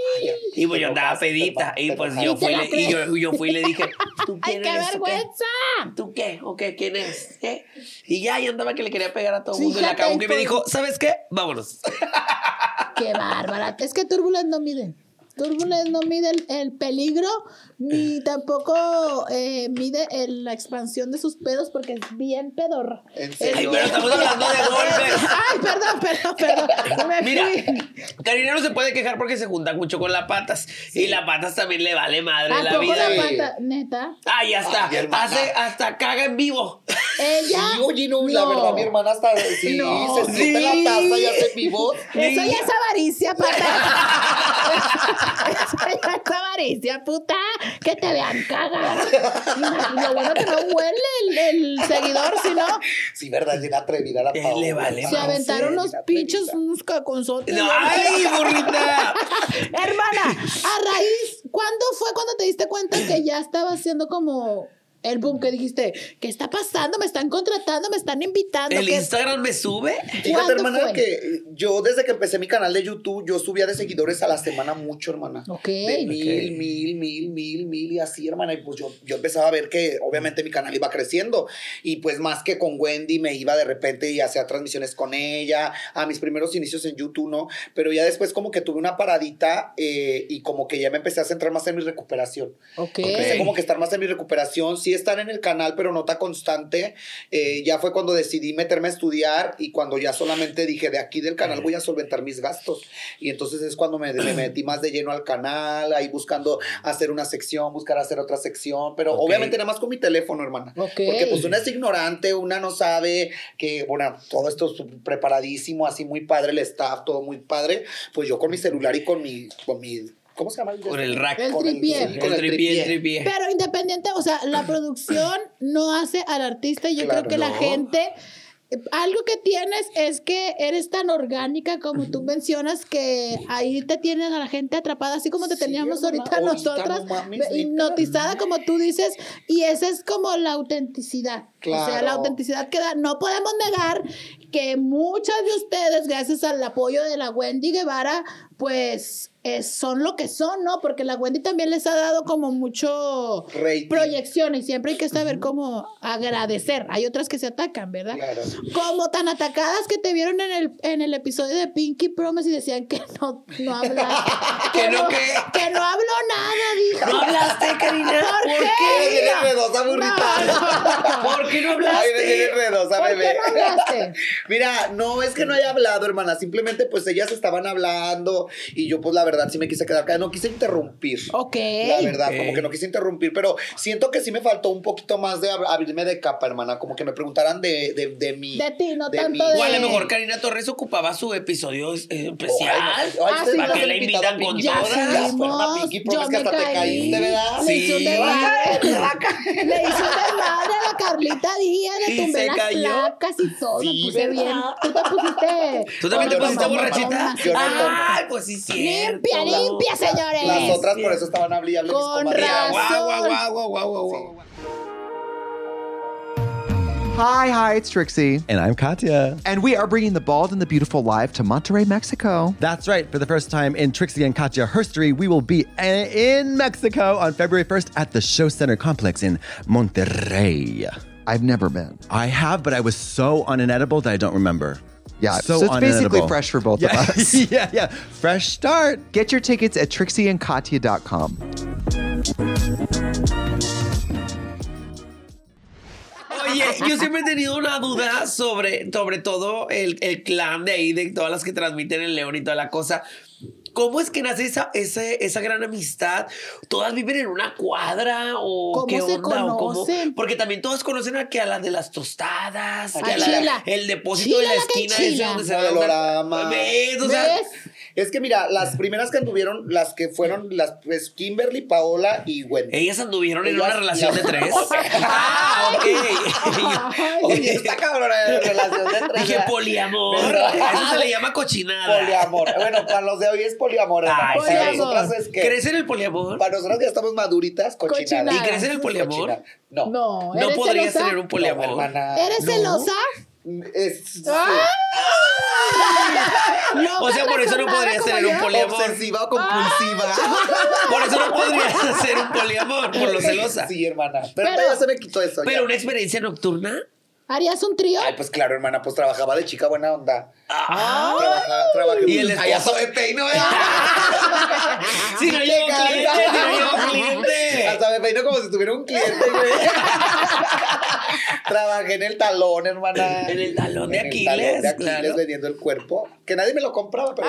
Speaker 3: Y pues yo andaba pedita. Y pues yo
Speaker 2: Y te
Speaker 3: fui, y
Speaker 2: la
Speaker 3: le- y yo, yo fui y le dije, ¿tú
Speaker 2: ¡Ay,
Speaker 3: quién
Speaker 2: qué
Speaker 3: eres o qué?
Speaker 2: vergüenza!
Speaker 3: ¿Tú qué? ¿O qué? ¿Quién es? ¿Eh? Y ya, y andaba que le quería pegar a todo el mundo. Y la
Speaker 2: Fíjate,
Speaker 3: acabó que me
Speaker 2: por-
Speaker 3: dijo, ¿sabes qué? Vámonos.
Speaker 2: ¡Qué bárbara! Es que Turbulence no mide. Turbulence no mide el, el peligro, ni tampoco eh, mide el- la expansión de sus pedos, porque es bien pedorra.
Speaker 4: ¿En
Speaker 2: Es
Speaker 4: serio?
Speaker 3: Ay, pero
Speaker 2: bien-
Speaker 3: estamos hablando de golpes.
Speaker 2: Ay, perdón, perdón, perdón. Me
Speaker 3: Mira,
Speaker 2: fui.
Speaker 3: Karina no se puede quejar porque se junta mucho con la patas. Y la patas también le vale madre
Speaker 2: ¿A
Speaker 3: la
Speaker 2: poco
Speaker 3: vida.
Speaker 2: la
Speaker 4: güey.
Speaker 2: pata? Neta.
Speaker 3: Ah, ya está.
Speaker 4: Ay, hermana.
Speaker 3: Hace, hasta caga en vivo.
Speaker 2: Ella.
Speaker 4: Sí, oye, no, la verdad, mi hermana hasta. Sí,
Speaker 2: No.
Speaker 4: se siente
Speaker 3: Sí.
Speaker 4: la taza y hace pivot.
Speaker 2: Eso ya es avaricia, pata. Eso ya es avaricia, puta. Que te vean cagar. Lo bueno que no huele el, el seguidor, sino
Speaker 4: Sí, verdad, es bien atrevida la
Speaker 3: Eh,
Speaker 4: Paola.
Speaker 3: le vale,
Speaker 4: Sí,
Speaker 2: se
Speaker 3: Vamos,
Speaker 2: aventaron
Speaker 4: bien
Speaker 2: unos
Speaker 4: atrevida.
Speaker 2: pinchos, unos caconzotes.
Speaker 3: No, ¡Ay, burrita!
Speaker 2: Hermana, a raíz, ¿cuándo fue cuando te diste cuenta que ya estaba haciendo como el boom que dijiste? ¿Qué está pasando? ¿Me están contratando? ¿Me están invitando?
Speaker 3: ¿El
Speaker 2: ¿Qué-
Speaker 3: Instagram me sube?
Speaker 4: Fíjate,
Speaker 2: ¿Cuándo
Speaker 4: hermana,
Speaker 2: fue?
Speaker 4: que eh, yo desde que empecé mi canal de YouTube, yo subía de seguidores a la semana mucho, hermana.
Speaker 2: Ok.
Speaker 4: De mil,
Speaker 3: Ok.
Speaker 4: mil, mil, mil, mil y así, hermana. Y pues yo, yo empezaba a ver que obviamente mi canal iba creciendo. Y pues más que con Wendy, me iba de repente y hacía transmisiones con ella, a mis primeros inicios en YouTube, ¿no? Pero ya después como que tuve una paradita eh, y como que ya me empecé a centrar más en mi recuperación.
Speaker 2: Ok.
Speaker 4: Empecé como que estar más en mi recuperación, sí estar en el canal, pero no tan constante. Eh, ya fue cuando decidí meterme a estudiar y cuando ya solamente dije, de aquí del canal voy a solventar mis gastos. Y entonces es cuando me, me metí más de lleno al canal, ahí buscando hacer una sección, buscar hacer otra sección, pero
Speaker 3: Ok.
Speaker 4: obviamente nada más con mi teléfono, hermana.
Speaker 2: Ok.
Speaker 4: Porque pues una es ignorante, una no sabe que, bueno, todo esto es preparadísimo, así muy padre el staff, todo muy padre. Pues yo con mi celular y con mi... Con mi ¿Cómo se llama?
Speaker 3: Con el rack.
Speaker 2: El
Speaker 4: Con
Speaker 2: tripié.
Speaker 4: sí,
Speaker 3: El tripié, el tripié.
Speaker 2: Pero independiente, o sea, la producción no hace al artista y yo
Speaker 4: Claro,
Speaker 2: creo que la
Speaker 3: no.
Speaker 2: gente... eh, Algo que tienes es que eres tan orgánica como tú mencionas que ahí te tienes a la gente atrapada, así como te
Speaker 4: Sí,
Speaker 2: teníamos
Speaker 4: hermana,
Speaker 2: ahorita
Speaker 4: ahorita
Speaker 2: nosotras,
Speaker 4: no mames,
Speaker 2: ve-
Speaker 4: neta.
Speaker 2: hipnotizada como tú dices, y esa es como la autenticidad. O sea,
Speaker 4: Claro.
Speaker 2: la autenticidad que da. No podemos negar que muchas de ustedes, gracias al apoyo de la Wendy Guevara, pues eh, son lo que son, ¿no? Porque la Wendy también les ha dado como mucho
Speaker 4: Rating.
Speaker 2: proyección y siempre hay que saber cómo agradecer. Hay otras que se atacan, ¿verdad?
Speaker 4: Claro.
Speaker 2: Como tan atacadas que te vieron en el, en el episodio de Pinky Promise y decían que no, no hablaba.
Speaker 3: ¿Que no qué?
Speaker 2: Que no habló nada, dijo.
Speaker 3: ¿No hablaste, Karina?
Speaker 2: ¿Por,
Speaker 4: qué? Viene
Speaker 2: hija?
Speaker 4: Mendoza muy
Speaker 2: No,
Speaker 4: irritada.
Speaker 2: no, no.
Speaker 3: ¿Por qué no
Speaker 4: Ay, me
Speaker 3: hablaste?
Speaker 4: tiene enredosa,
Speaker 2: ¿Por
Speaker 4: bebé.
Speaker 2: qué no hablaste?
Speaker 4: Mira, no es que no haya hablado, hermana. Simplemente, pues ellas estaban hablando y yo, pues la verdad, sí me quise quedar acá. No quise interrumpir.
Speaker 2: Ok.
Speaker 4: La verdad,
Speaker 3: Ok.
Speaker 4: como que no quise interrumpir, pero siento que sí me faltó un poquito más de ab- abrirme de capa, hermana. Como que me preguntaran de, de, de mí.
Speaker 2: De ti, no
Speaker 4: de
Speaker 2: tanto
Speaker 4: mí.
Speaker 2: de-
Speaker 3: O a lo mejor Karina Torres ocupaba su episodio eh, especial.
Speaker 4: Ay, no, ay,
Speaker 2: Ah,
Speaker 4: ustedes
Speaker 2: sí,
Speaker 4: van a
Speaker 2: ¿para
Speaker 4: ser
Speaker 3: qué la
Speaker 4: invitadas
Speaker 3: invitan con
Speaker 4: Pinky
Speaker 2: Ya
Speaker 4: Promise,
Speaker 3: todas?
Speaker 4: las fueron a
Speaker 2: salimos.
Speaker 4: Pinky
Speaker 2: Yo
Speaker 4: Promise, que
Speaker 2: me
Speaker 4: hasta te
Speaker 2: caí.
Speaker 4: caíste, ¿verdad?
Speaker 2: Le hice un
Speaker 3: Sí.
Speaker 2: desmadre. Le hice un desmadre a la Carlita Díaz. Le
Speaker 3: Y
Speaker 2: tumbé
Speaker 3: se
Speaker 2: las
Speaker 3: cayó.
Speaker 2: placas y todo.
Speaker 4: Sí,
Speaker 2: me puse
Speaker 4: ¿verdad?
Speaker 2: bien. Tú te pusiste...
Speaker 3: ¿Tú también te
Speaker 4: Yo no
Speaker 3: pusiste
Speaker 4: tomo,
Speaker 3: borrachita?
Speaker 4: yo no tomo.
Speaker 3: Ay, pues sí, cierto.
Speaker 2: Ah, Limpia, limpia, señores.
Speaker 4: Las otras por
Speaker 3: Bien.
Speaker 4: eso estaban hablando.
Speaker 2: Con razón.
Speaker 3: Guau, guau, guau, guau, guau, guau, guau.
Speaker 5: Hi, hi, it's Trixie.
Speaker 6: And I'm Katya.
Speaker 5: And we are bringing the Bald and the Beautiful live to Monterrey, Mexico.
Speaker 6: That's right. For the first time in Trixie and Katya history, we will be a- in Mexico on February 1st at the Show Center Complex in Monterrey.
Speaker 5: I've never been.
Speaker 6: I have, but I was so on an edible that I don't remember.
Speaker 5: Yeah, so it's
Speaker 6: on an
Speaker 5: basically
Speaker 6: edible.
Speaker 5: fresh for both of
Speaker 6: yeah.
Speaker 5: us.
Speaker 6: yeah, yeah. Fresh start.
Speaker 5: Get your tickets at trixieandkatya.com.
Speaker 3: Oye, yo siempre he tenido una duda sobre, sobre todo el, el clan de ahí, de todas las que transmiten el León y toda la cosa. ¿Cómo es que nace esa, ese- esa gran amistad? ¿Todas viven en una cuadra o
Speaker 2: ¿Cómo
Speaker 3: qué
Speaker 2: se
Speaker 3: onda? ¿O cómo?
Speaker 2: conocen?
Speaker 3: Porque también todos conocen a que a la de las tostadas,
Speaker 4: A
Speaker 3: que a la-
Speaker 2: Chila.
Speaker 3: el depósito
Speaker 2: Chila
Speaker 3: de la
Speaker 2: la que
Speaker 3: esquina ese
Speaker 2: chila.
Speaker 3: donde se va
Speaker 4: Modelorama.
Speaker 3: ¿Ves? O sea,
Speaker 2: ¿Ves?
Speaker 4: Es que mira, las primeras que anduvieron, las que fueron, las pues, Kimberly, Paola y Wendy.
Speaker 3: ellas anduvieron en
Speaker 4: Ellas-
Speaker 3: una relación de
Speaker 4: ellas-
Speaker 3: tres. ah,
Speaker 2: Ay.
Speaker 3: ok.
Speaker 4: Oye, está cabrona de relación de tres.
Speaker 3: Dije
Speaker 4: ¿verdad?
Speaker 3: poliamor.
Speaker 4: ¿Verdad?
Speaker 3: Eso se le llama cochinada.
Speaker 4: Poliamor. Bueno, para los de hoy es poliamor. hermano.
Speaker 3: Ay,
Speaker 4: para
Speaker 2: sí.
Speaker 4: nosotras es que.
Speaker 3: ¿Crees en el poliamor?
Speaker 4: Para nosotras que ya estamos maduritas, cochinada.
Speaker 2: Cochinada. ¿Y crees
Speaker 3: en el poliamor?
Speaker 4: Cochina. No.
Speaker 2: No,
Speaker 3: No
Speaker 2: ¿eres
Speaker 3: podrías
Speaker 2: celosa?
Speaker 3: tener un poliamor.
Speaker 4: No, hermana.
Speaker 2: ¿Eres
Speaker 4: no.
Speaker 2: celosa? Ah.
Speaker 4: Es, sí.
Speaker 3: o sea, por eso no podrías tener un poliamor.
Speaker 4: Obsesiva o compulsiva.
Speaker 2: Ah.
Speaker 3: Por eso no podrías hacer un poliamor, por lo celosa.
Speaker 4: Sí, hermana. Pero,
Speaker 2: Pero-
Speaker 4: ya se me quitó eso.
Speaker 3: Pero
Speaker 4: ya.
Speaker 3: una experiencia nocturna.
Speaker 2: ¿Harías un trío?
Speaker 4: Ay, pues claro, hermana, pues trabajaba de chica buena onda.
Speaker 3: Ah.
Speaker 4: Trabajaba, trabajaba.
Speaker 3: Y el
Speaker 4: Ay, ya sabe peino, ¿verdad?
Speaker 3: Si no llevo
Speaker 4: Llega.
Speaker 3: cliente, si no llevo cliente.
Speaker 4: Hasta me peino como si tuviera un cliente, güey. Trabajé en el talón, hermana.
Speaker 3: En el talón de
Speaker 4: En el
Speaker 3: Aquiles,
Speaker 4: talón de Aquiles,
Speaker 3: claro.
Speaker 4: vendiendo el cuerpo. Que nadie me lo compraba, pero.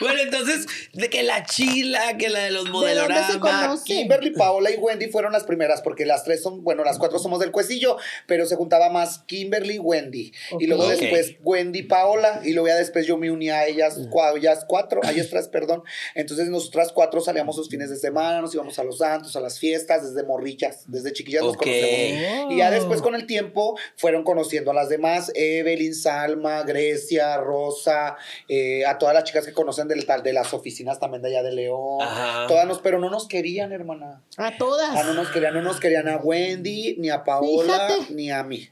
Speaker 3: Bueno, entonces, de que la chila, que la de los
Speaker 2: ¿De dónde se
Speaker 3: modeloramas.
Speaker 2: conocen?
Speaker 4: Kimberly, Paola y Wendy fueron las primeras, porque las tres son, bueno, las cuatro somos del cuecillo, pero se juntaba más Kimberly y Wendy. Y luego
Speaker 3: Ok.
Speaker 4: después Wendy, Paola, y luego ya después yo me uní a ellas, cua- ellas cuatro, a ellas tres, perdón. Entonces nosotras cuatro salíamos los fines de semana, nos íbamos a los santos, a las fiestas, desde morrillas, desde chiquillas
Speaker 3: Ok.
Speaker 4: nos conocemos. Y ya después con el tiempo fueron conociendo a las demás, Evelyn, Salma, Grecia, Rosa, eh, a todas las chicas que conocen del tal, de las oficinas también de allá de León,
Speaker 3: Ajá.
Speaker 4: todas nos, pero no nos querían, hermana.
Speaker 2: A
Speaker 4: Ah, no
Speaker 2: todas.
Speaker 4: nos querían, no nos querían a Wendy, ni a Paola,
Speaker 2: Fíjate.
Speaker 4: ni a mí.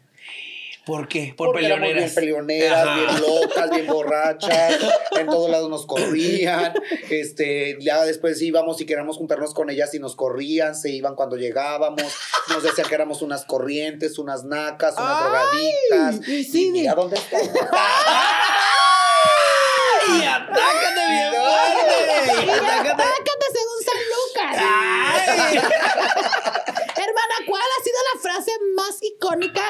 Speaker 3: ¿Por qué? Por
Speaker 4: Porque éramos
Speaker 3: peleoneras.
Speaker 4: bien peleoneras,
Speaker 3: Ajá.
Speaker 4: bien locas, bien borrachas. en todos lados nos corrían. Este, ya después íbamos y queríamos juntarnos con ellas y nos corrían, se iban cuando llegábamos. Nos decían que éramos unas corrientes, unas nacas, unas drogadictas.
Speaker 2: y sí,
Speaker 4: mira
Speaker 2: di-
Speaker 4: dónde estamos.
Speaker 3: ¡Ay! ¡Atácate bien fuerte! ¡Atácate!
Speaker 2: Sácate según San Lucas.
Speaker 3: ¡Ay!
Speaker 2: Hermana, ¿cuál ha sido la frase más icónica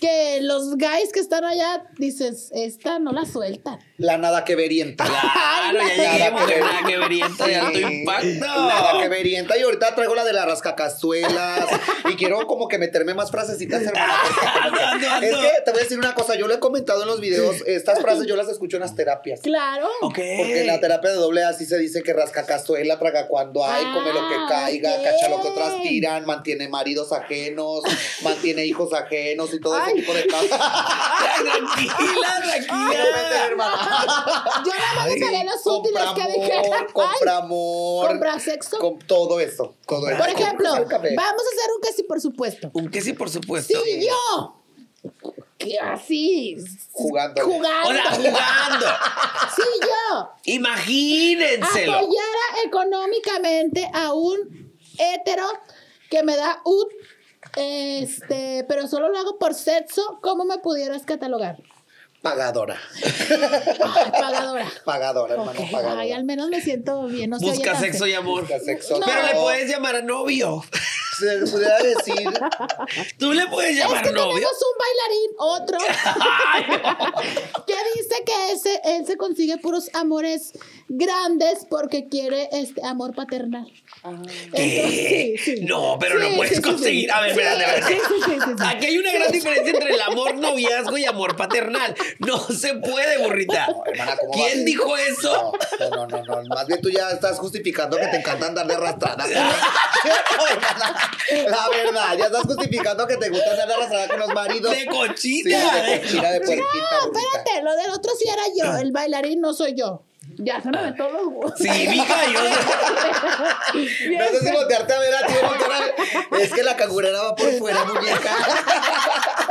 Speaker 2: que los guys que están allá dices, esta no la sueltan?
Speaker 4: La nada que verienta.
Speaker 3: Claro, ya llegué, que nada que verienta de alto
Speaker 4: Sí.
Speaker 3: impacto.
Speaker 4: Nada que verienta. Y ahorita traigo la de las rascacazuelas. y quiero como que meterme más frasecitas, hermana. porque como
Speaker 3: Ando,
Speaker 4: que-
Speaker 2: Ah,
Speaker 3: ando.
Speaker 4: Es que te voy a decir una cosa. Yo lo he comentado en los videos. Estas frases yo las escucho en las terapias.
Speaker 2: Claro.
Speaker 3: Ok.
Speaker 4: Porque
Speaker 2: Eh.
Speaker 4: en la terapia de doble A sí se dice que rascacazuela, traga cuando hay, come lo que
Speaker 2: Ah,
Speaker 4: caiga,
Speaker 2: ok.
Speaker 4: cacha lo que otras tiran, mantiene maridos ajenos, mantiene hijos ajenos y todo
Speaker 2: Ay.
Speaker 4: ese tipo de cosas.
Speaker 3: Ay, Tranquila,
Speaker 4: Quiero meter,
Speaker 3: tranquila.
Speaker 4: hermana.
Speaker 2: Yo nada más me pegué los útiles
Speaker 4: Compra
Speaker 2: que dejé.
Speaker 4: amor, compra
Speaker 2: Ay,
Speaker 4: amor.
Speaker 2: Compra sexo.
Speaker 4: Con todo eso. todo eso.
Speaker 2: Por ejemplo, vamos a
Speaker 4: Sácame.
Speaker 2: hacer un que sí, por supuesto.
Speaker 3: Un que sí, por supuesto.
Speaker 2: Sí, yo. Que así.
Speaker 4: Jugando.
Speaker 2: Jugando.
Speaker 3: O sea, jugando.
Speaker 2: Sí, yo.
Speaker 3: Imagínenselo.
Speaker 2: apoyara Ah, económicamente a un hétero que me da un este, pero solo lo hago por sexo, ¿cómo me pudieras catalogar?
Speaker 4: Pagadora.
Speaker 2: Ay, pagadora.
Speaker 4: Pagadora, hermano,
Speaker 2: Ok,
Speaker 4: pagadora.
Speaker 2: Ay, al menos me siento bien. No se oye
Speaker 3: Busca
Speaker 2: tan
Speaker 3: sexo
Speaker 2: fe-
Speaker 3: y amor.
Speaker 4: Busca sexo.
Speaker 2: No.
Speaker 3: Pero le puedes llamar a novio.
Speaker 4: se pudiera decir.
Speaker 3: Tú le puedes
Speaker 2: Es
Speaker 3: llamar
Speaker 2: que
Speaker 3: novio.
Speaker 2: tenemos un bailarín, otro,
Speaker 3: Ay,
Speaker 2: que dice que ese, él se consigue puros amores grandes porque quiere este amor paternal.
Speaker 3: Ah. ¿Qué?
Speaker 2: Entonces, sí, sí.
Speaker 3: Eh, No, pero
Speaker 2: Sí,
Speaker 3: no puedes
Speaker 2: sí, sí,
Speaker 3: conseguir.
Speaker 2: sí.
Speaker 3: A ver,
Speaker 2: Sí,
Speaker 3: espérate, espérate.
Speaker 2: sí, sí, sí, sí, sí.
Speaker 3: Aquí hay una gran diferencia entre el amor noviazgo y amor paternal. No se puede, burrita.
Speaker 4: hermana, ¿cómo
Speaker 3: ¿Quién
Speaker 4: vas?
Speaker 3: dijo eso?
Speaker 4: No, no, no, no, no. Más bien tú ya estás justificando que te encanta andar de arrastrada. La verdad, ya estás justificando que te gusta andar de arrastrada con los maridos.
Speaker 3: De
Speaker 4: Sí,
Speaker 3: cochita.
Speaker 4: de
Speaker 3: ¿eh?
Speaker 4: cochina, de puerquita.
Speaker 2: No,
Speaker 4: bonita.
Speaker 2: espérate, lo del otro sí era yo, el bailarín no soy yo. Ya se me ven todos los huevos.
Speaker 3: Ah. Sí, mija, yo.
Speaker 4: No sé si voltearte a ver a ti o voltear a ver. Es que la cangurera va por fuera, muñeca.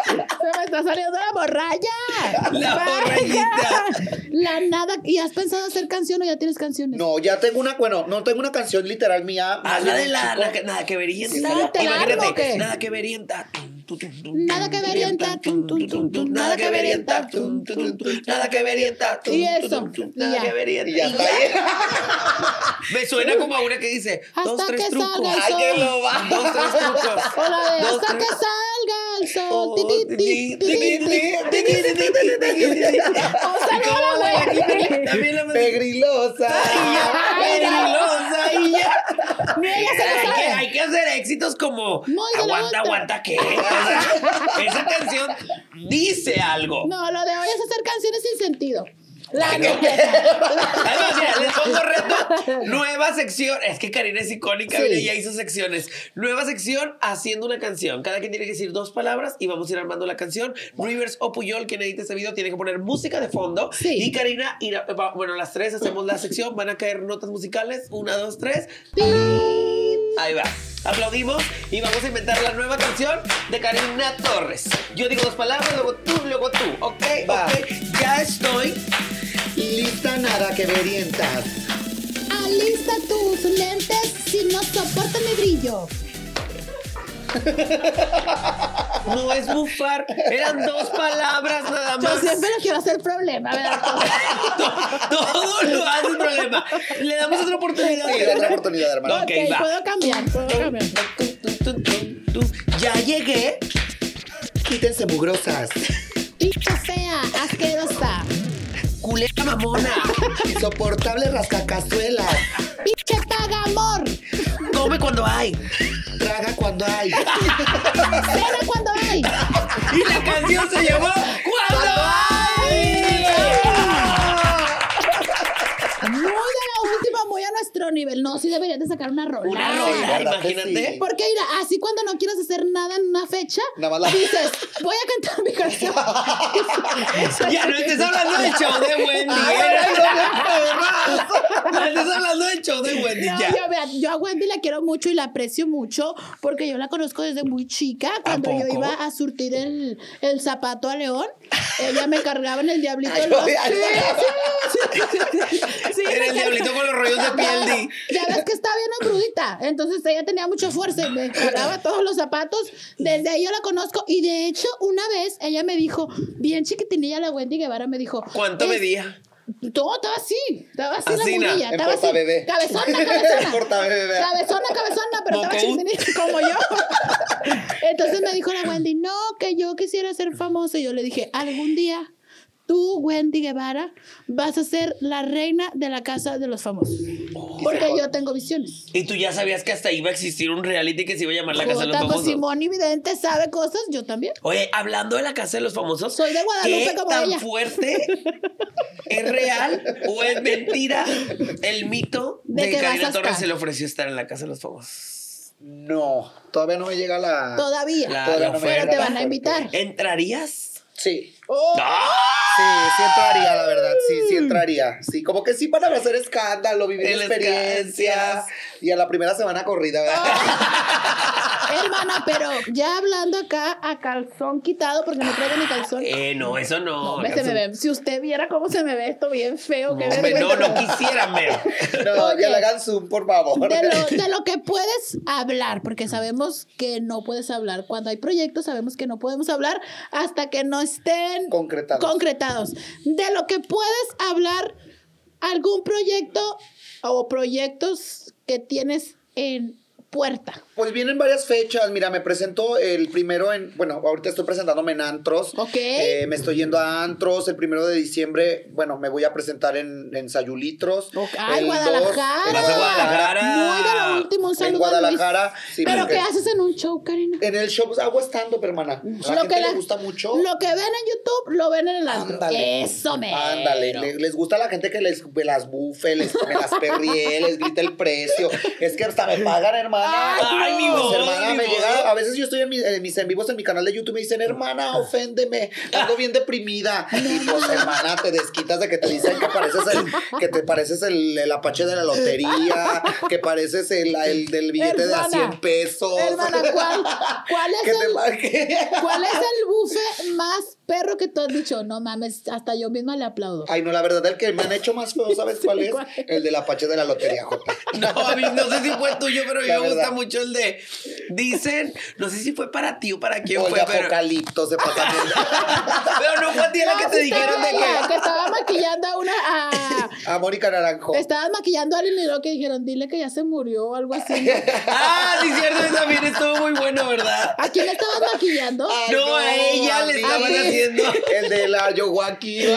Speaker 2: Se me está saliendo la borralla.
Speaker 3: La borrallita.
Speaker 2: La nada. ¿Y has pensado hacer canción o ya tienes canciones?
Speaker 4: No, ya tengo una, bueno, no tengo una canción literal mía.
Speaker 3: Habla de Ah, la,
Speaker 4: Chico.
Speaker 3: la que- nada que
Speaker 2: Sí,
Speaker 3: verienta.
Speaker 2: ¿te la armo o qué?
Speaker 3: nada que verienta. Tum, tum, tum,
Speaker 2: Nada que verienta, tum, tum, tum, tum,
Speaker 3: nada que verienta, tum, tum, tum, tum, nada que verienta, tum,
Speaker 2: Y
Speaker 3: tum,
Speaker 2: eso,
Speaker 3: tum, tum,
Speaker 2: y
Speaker 3: nada
Speaker 2: ya.
Speaker 3: que verienta.
Speaker 4: Y ya está ahí.
Speaker 3: Me suena como a una que dice, dos,
Speaker 2: Hasta
Speaker 3: tres
Speaker 2: que
Speaker 3: trucos.
Speaker 2: salga el
Speaker 3: Ay, que
Speaker 2: sol.
Speaker 3: lo va. Dos, tres trucos.
Speaker 2: O la de
Speaker 3: Dos,
Speaker 2: hasta que
Speaker 3: tres-
Speaker 2: salga el sol.
Speaker 3: Oh,
Speaker 2: Ti, ti, ti,
Speaker 3: ti,
Speaker 2: ti,
Speaker 3: ti,
Speaker 2: ti,
Speaker 3: ti, ti,
Speaker 2: ti.
Speaker 3: ti, ti, ti, ti, ti, ti.
Speaker 2: saluda
Speaker 3: ¿Cómo
Speaker 2: a la
Speaker 3: la-
Speaker 2: Mary.
Speaker 3: También la Mary.
Speaker 4: Pegrilosa.
Speaker 3: Ay, ya,
Speaker 2: Ay, ya.
Speaker 3: peligrosa, y ya.
Speaker 2: Mira, ella se la
Speaker 3: Hay que,
Speaker 2: sabe.
Speaker 3: hay que hacer éxitos como
Speaker 2: Muy de la
Speaker 3: Aguanta,
Speaker 2: vuelta.
Speaker 3: aguanta, ¿qué? O sea, esa canción dice algo.
Speaker 2: No, lo de hoy es hacer canciones sin sentido. La
Speaker 3: Ay, no.
Speaker 2: neta.
Speaker 3: Además, mira, les pongo reto. Nueva sección. Es que Karina es icónica,
Speaker 2: Sí.
Speaker 3: mira, ya hizo secciones. Nueva sección haciendo una canción. Cada quien tiene que decir dos palabras y vamos a ir armando la canción. Rivers o Puyol, quien edite este video, tiene que poner música de fondo.
Speaker 2: Sí.
Speaker 3: Y Karina, irá- va- bueno, las tres hacemos la sección. Van a caer notas musicales. Una, dos, tres. Ahí va. Aplaudimos y vamos a inventar la nueva canción de Karina Torres. Yo digo dos palabras, luego tú, luego tú. Ok,
Speaker 4: Va.
Speaker 3: ok. Ya estoy.
Speaker 4: Lista nada que verientas.
Speaker 2: Alista tus lentes si no soportan mi brillo.
Speaker 3: No es bufar, eran dos palabras nada
Speaker 2: Yo
Speaker 3: más.
Speaker 2: siempre lo quiero hacer problema, ¿verdad?
Speaker 3: To- Todo lo hace un problema. Le damos otra oportunidad.
Speaker 4: Sí, otra oportunidad, hermano.
Speaker 3: Ok, va.
Speaker 2: puedo cambiar, puedo cambiar.
Speaker 3: Tum, tum, tum, tum. Ya llegué.
Speaker 4: Quítense mugrosas.
Speaker 2: Picha sea, asquerosa.
Speaker 3: Culera mamona.
Speaker 4: Insoportable rascacazuelas.
Speaker 2: Piche paga amor.
Speaker 3: Come cuando hay.
Speaker 4: Traga cuando hay.
Speaker 2: Cena cuando hay.
Speaker 3: Y la canción se llamó Cuando hay.
Speaker 2: Muy de la última, muy a nuestro nivel. No, sí deberías de sacar una rola.
Speaker 3: Una
Speaker 4: ¿verdad
Speaker 3: rola,
Speaker 4: que
Speaker 3: imagínate.
Speaker 4: sí?
Speaker 2: Porque mira, así cuando no quieres hacer nada en una fecha,
Speaker 4: Nada más la-
Speaker 2: dices, voy a cantar mi canción.
Speaker 3: Ya no estés hablando del show de Wendy.
Speaker 4: Ay,
Speaker 3: era.
Speaker 4: ay, no me puedo más.
Speaker 3: No estés hablando del show de Wendy.
Speaker 2: No,
Speaker 3: Ya.
Speaker 2: yo, vea, yo a Wendy la quiero mucho y la aprecio mucho porque yo la conozco desde muy chica. Cuando yo
Speaker 3: poco?
Speaker 2: iba a surtir el, el zapato a León, ella me cargaba en el diablito.
Speaker 4: Ay,
Speaker 2: los-
Speaker 4: ay, ay.
Speaker 2: Sí, sí, sí, sí, sí,
Speaker 3: Era
Speaker 2: me
Speaker 3: el diablito con los rollos de piel,
Speaker 2: Ya-
Speaker 3: Di.
Speaker 2: Ya ves que está bien hambrudita. Entonces ella tenía mucha fuerza y me cargaba todos los zapatos. Desde ahí yo la conozco. Y de hecho, una vez ella me dijo, bien chiquitinilla la Wendy Guevara, me dijo. "Este,
Speaker 3: ¿Cuánto
Speaker 2: "Es-
Speaker 3: medía?
Speaker 2: todo estaba así, estaba así la
Speaker 3: Así, na,
Speaker 2: murilla,
Speaker 4: en
Speaker 2: estaba así.
Speaker 4: portabebé.
Speaker 2: Cabezona,
Speaker 4: En
Speaker 2: cabezona.
Speaker 4: portabebé.
Speaker 2: Cabezona, cabezona, pero estaba
Speaker 3: Bocaú.
Speaker 2: chiminita como yo. Entonces me dijo la Wendy, no, que yo quisiera ser famosa. Y yo le dije, algún día tú, Wendy Guevara, vas a ser la reina de la casa de los famosos. Porque yo tengo visiones.
Speaker 3: Y tú ya sabías que hasta iba a existir un reality que se iba a llamar La Casa de los
Speaker 2: Jota, pues
Speaker 3: Famosos.
Speaker 2: Simón Vidente sabe cosas, yo también.
Speaker 3: Oye, hablando de la casa de los famosos,
Speaker 2: Soy de Guadalupe
Speaker 3: ¿qué
Speaker 2: como
Speaker 3: tan
Speaker 2: ella.
Speaker 3: fuerte es real o es mentira el mito
Speaker 2: De
Speaker 3: de,
Speaker 2: que
Speaker 3: que Karina
Speaker 2: vas a
Speaker 3: Torres
Speaker 2: estar.
Speaker 3: se le ofreció estar en la casa de los famosos?
Speaker 4: No, todavía no me llega la.
Speaker 2: Todavía.
Speaker 3: La-
Speaker 4: todavía
Speaker 3: la
Speaker 4: no me
Speaker 3: oferta.
Speaker 2: pero
Speaker 4: llega
Speaker 2: te
Speaker 4: la
Speaker 2: van a
Speaker 4: oferta.
Speaker 2: invitar.
Speaker 3: ¿Entrarías?
Speaker 4: Sí.
Speaker 2: Oh,
Speaker 4: Sí, sí entraría, la verdad. Sí, sí entraría. Sí, como que sí van a hacer escándalo, vivir
Speaker 3: El
Speaker 4: experiencias.
Speaker 3: escándalo.
Speaker 4: Y a la primera semana corrida, ¿verdad?
Speaker 2: Hermana, pero ya hablando acá a calzón quitado, porque no traigo ni calzón.
Speaker 3: Eh, no, eso no.
Speaker 2: Hombre, se me ve. Si usted viera cómo se me ve esto bien feo, qué
Speaker 3: Hombre, no,
Speaker 2: vergüenza.
Speaker 3: no quisieran ver.
Speaker 4: No,
Speaker 2: Oye.
Speaker 4: que le hagan zoom, por favor.
Speaker 2: De lo, de lo que puedes hablar, porque sabemos que no puedes hablar. Cuando hay proyectos, sabemos que no podemos hablar hasta que no estén
Speaker 4: Concretados.
Speaker 2: concretados. De lo que puedes hablar, algún proyecto o proyectos que tienes en puerta.
Speaker 4: Pues vienen varias fechas. Mira, me presento el primero en. Bueno, ahorita estoy presentándome en antros.
Speaker 2: Ok.
Speaker 4: Eh, me estoy yendo a antros. El primero de diciembre, bueno, me voy a presentar en, en Sayulitros.
Speaker 2: Ok. ¡Ay,
Speaker 4: El dos-
Speaker 2: Guadalajara!
Speaker 4: el
Speaker 3: Vas a
Speaker 4: dos-
Speaker 3: Guadalajara.
Speaker 2: Muy de lo último, un
Speaker 4: En
Speaker 2: saludo.
Speaker 4: Guadalajara,
Speaker 2: Luis.
Speaker 4: sí,
Speaker 2: ¿Pero
Speaker 4: porque-
Speaker 2: qué haces en un show, Karina?
Speaker 4: En el show, pues, hago estando, hermana. A Pues la gente le gusta mucho.
Speaker 2: Lo que ven en YouTube, lo ven en el antro.
Speaker 4: Ándale.
Speaker 2: Eso me.
Speaker 4: Ándale, le- les gusta a la gente que les me las bufe, les, me las perrié, les grita el precio. Es que hasta me pagan, hermana.
Speaker 3: Ay, mi
Speaker 4: Pues,
Speaker 3: voz,
Speaker 4: hermana,
Speaker 3: mi
Speaker 4: me
Speaker 3: voz.
Speaker 4: llega, a veces yo estoy en, mi- en mis en vivos en mi canal de YouTube y me dicen, hermana, oféndeme, ando bien deprimida. Y pues, hermana, te desquitas de que te dicen que pareces el, que te pareces el, el apache de la lotería, que pareces el, el del billete de a
Speaker 2: Hermana,
Speaker 4: 100 pesos.
Speaker 2: Hermana, ¿cuál, cuál es
Speaker 4: Que te
Speaker 2: el.
Speaker 4: marque.
Speaker 2: ¿Cuál es el buffet más perro que tú has dicho? No mames, hasta yo misma le aplaudo.
Speaker 4: Ay, no, la verdad, el que me han hecho más feo, ¿sabes cuál es?
Speaker 2: ¿cuál?
Speaker 4: El del apache de la lotería, Jota.
Speaker 3: No, a mí no sé si fue tuyo, pero a mí
Speaker 4: La
Speaker 3: me gusta
Speaker 4: verdad.
Speaker 3: mucho el de. Dicen, no sé si fue para ti o para quién
Speaker 4: Oiga,
Speaker 3: fue, pero.
Speaker 4: apocalipto se pasa bien.
Speaker 3: Pero no fue a ti la
Speaker 4: Ah,
Speaker 2: No,
Speaker 3: que te
Speaker 2: sí
Speaker 3: dijeron
Speaker 2: estaba
Speaker 3: de
Speaker 2: la-
Speaker 3: que.
Speaker 2: estaba maquillando a una. a-
Speaker 4: A Ah, Mónica Naranjo.
Speaker 2: Estaban maquillando a alguien y lo que dijeron, dile que ya se murió o algo así. ¿no?
Speaker 3: Ah, sí, cierto, ese también estuvo muy bueno, ¿verdad?
Speaker 2: ¿A quién le estabas maquillando?
Speaker 4: Ay,
Speaker 3: No, a ella le
Speaker 4: mí.
Speaker 3: estaban
Speaker 2: pues.
Speaker 3: haciendo.
Speaker 4: El de la Yoguaki.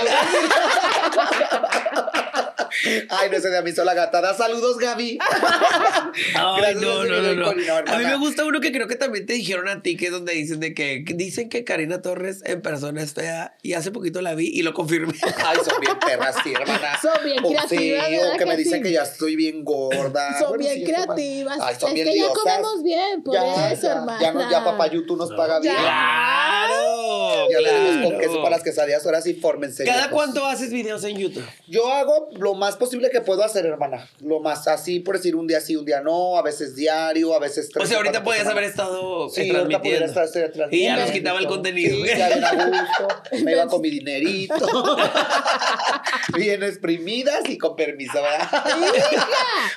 Speaker 4: Ay, no sé, de a mí sola gatada. Saludos, Gaby.
Speaker 3: Ay,
Speaker 4: Gracias,
Speaker 3: no, no,
Speaker 4: señor
Speaker 3: no, no.
Speaker 4: Colina,
Speaker 3: A mí
Speaker 4: hermana.
Speaker 3: me gusta uno que creo que también te dijeron a ti, que es donde dicen de que dicen que Karina Torres en persona es fea y hace poquito la vi y lo confirmé.
Speaker 4: Ay, son bien perras, sí, hermana.
Speaker 2: Son bien
Speaker 4: O
Speaker 2: creativas,
Speaker 4: Sí,
Speaker 2: ¿verdad
Speaker 4: o que me
Speaker 2: que
Speaker 4: dicen
Speaker 2: sí?
Speaker 4: que ya estoy bien gorda.
Speaker 2: Son
Speaker 4: Bueno,
Speaker 2: bien
Speaker 4: sí, hermana.
Speaker 2: creativas.
Speaker 4: Ay, son
Speaker 2: es
Speaker 4: bien
Speaker 2: que ya
Speaker 4: liosas.
Speaker 2: comemos bien, por
Speaker 4: Ya,
Speaker 2: eso,
Speaker 4: ya,
Speaker 2: hermana.
Speaker 4: Ya, no- ya Papá YouTube nos paga
Speaker 2: Ya.
Speaker 4: bien.
Speaker 3: ¡Claro!
Speaker 4: Ya tenemos
Speaker 3: claro.
Speaker 4: con queso para las quesadillas, ahora sí, fórmense.
Speaker 3: ¿Cada
Speaker 4: viejos.
Speaker 3: cuánto haces videos en YouTube?
Speaker 4: Yo hago lo más posible que puedo hacer, hermana. Lo más así, por decir un día sí, un día no, a veces diario, a veces
Speaker 3: O
Speaker 4: tres
Speaker 3: sea, ahorita
Speaker 4: cuatro por
Speaker 3: podías
Speaker 4: semana.
Speaker 3: haber estado
Speaker 4: Sí,
Speaker 3: eh,
Speaker 4: ahorita
Speaker 3: transmitiendo.
Speaker 4: pudiera estar, estar este,
Speaker 3: y ya
Speaker 4: transmitiendo.
Speaker 3: nos quitaba el contenido.
Speaker 4: Sí, ya bien a gusto. Me iba con mi dinerito. bien exprimidas y con permiso, ¿verdad?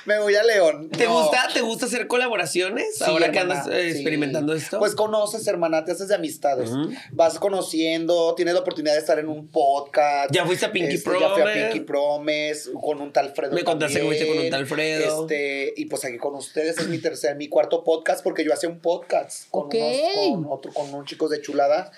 Speaker 4: Me voy a León.
Speaker 3: ¿Te,
Speaker 4: No.
Speaker 3: gusta, ¿Te gusta hacer colaboraciones
Speaker 4: Sí,
Speaker 3: ahora que
Speaker 4: hermana,
Speaker 3: andas eh,
Speaker 4: sí.
Speaker 3: experimentando esto?
Speaker 4: Pues conoces, hermana, te haces de amistades. Vas conociendo, tienes la oportunidad de estar en un podcast. Este,
Speaker 3: Ya fuiste a Pinky
Speaker 4: Ya fui a
Speaker 3: Promise.
Speaker 4: Pinky Promise, con un tal Fredo.
Speaker 3: Me contaste que
Speaker 4: también.
Speaker 3: fuiste con un tal Fredo.
Speaker 4: Este, y pues aquí con ustedes es mi tercer, mi cuarto podcast, porque yo hacía un podcast con,
Speaker 2: Ok.
Speaker 4: unos, con otro, con unos chicos de chulada.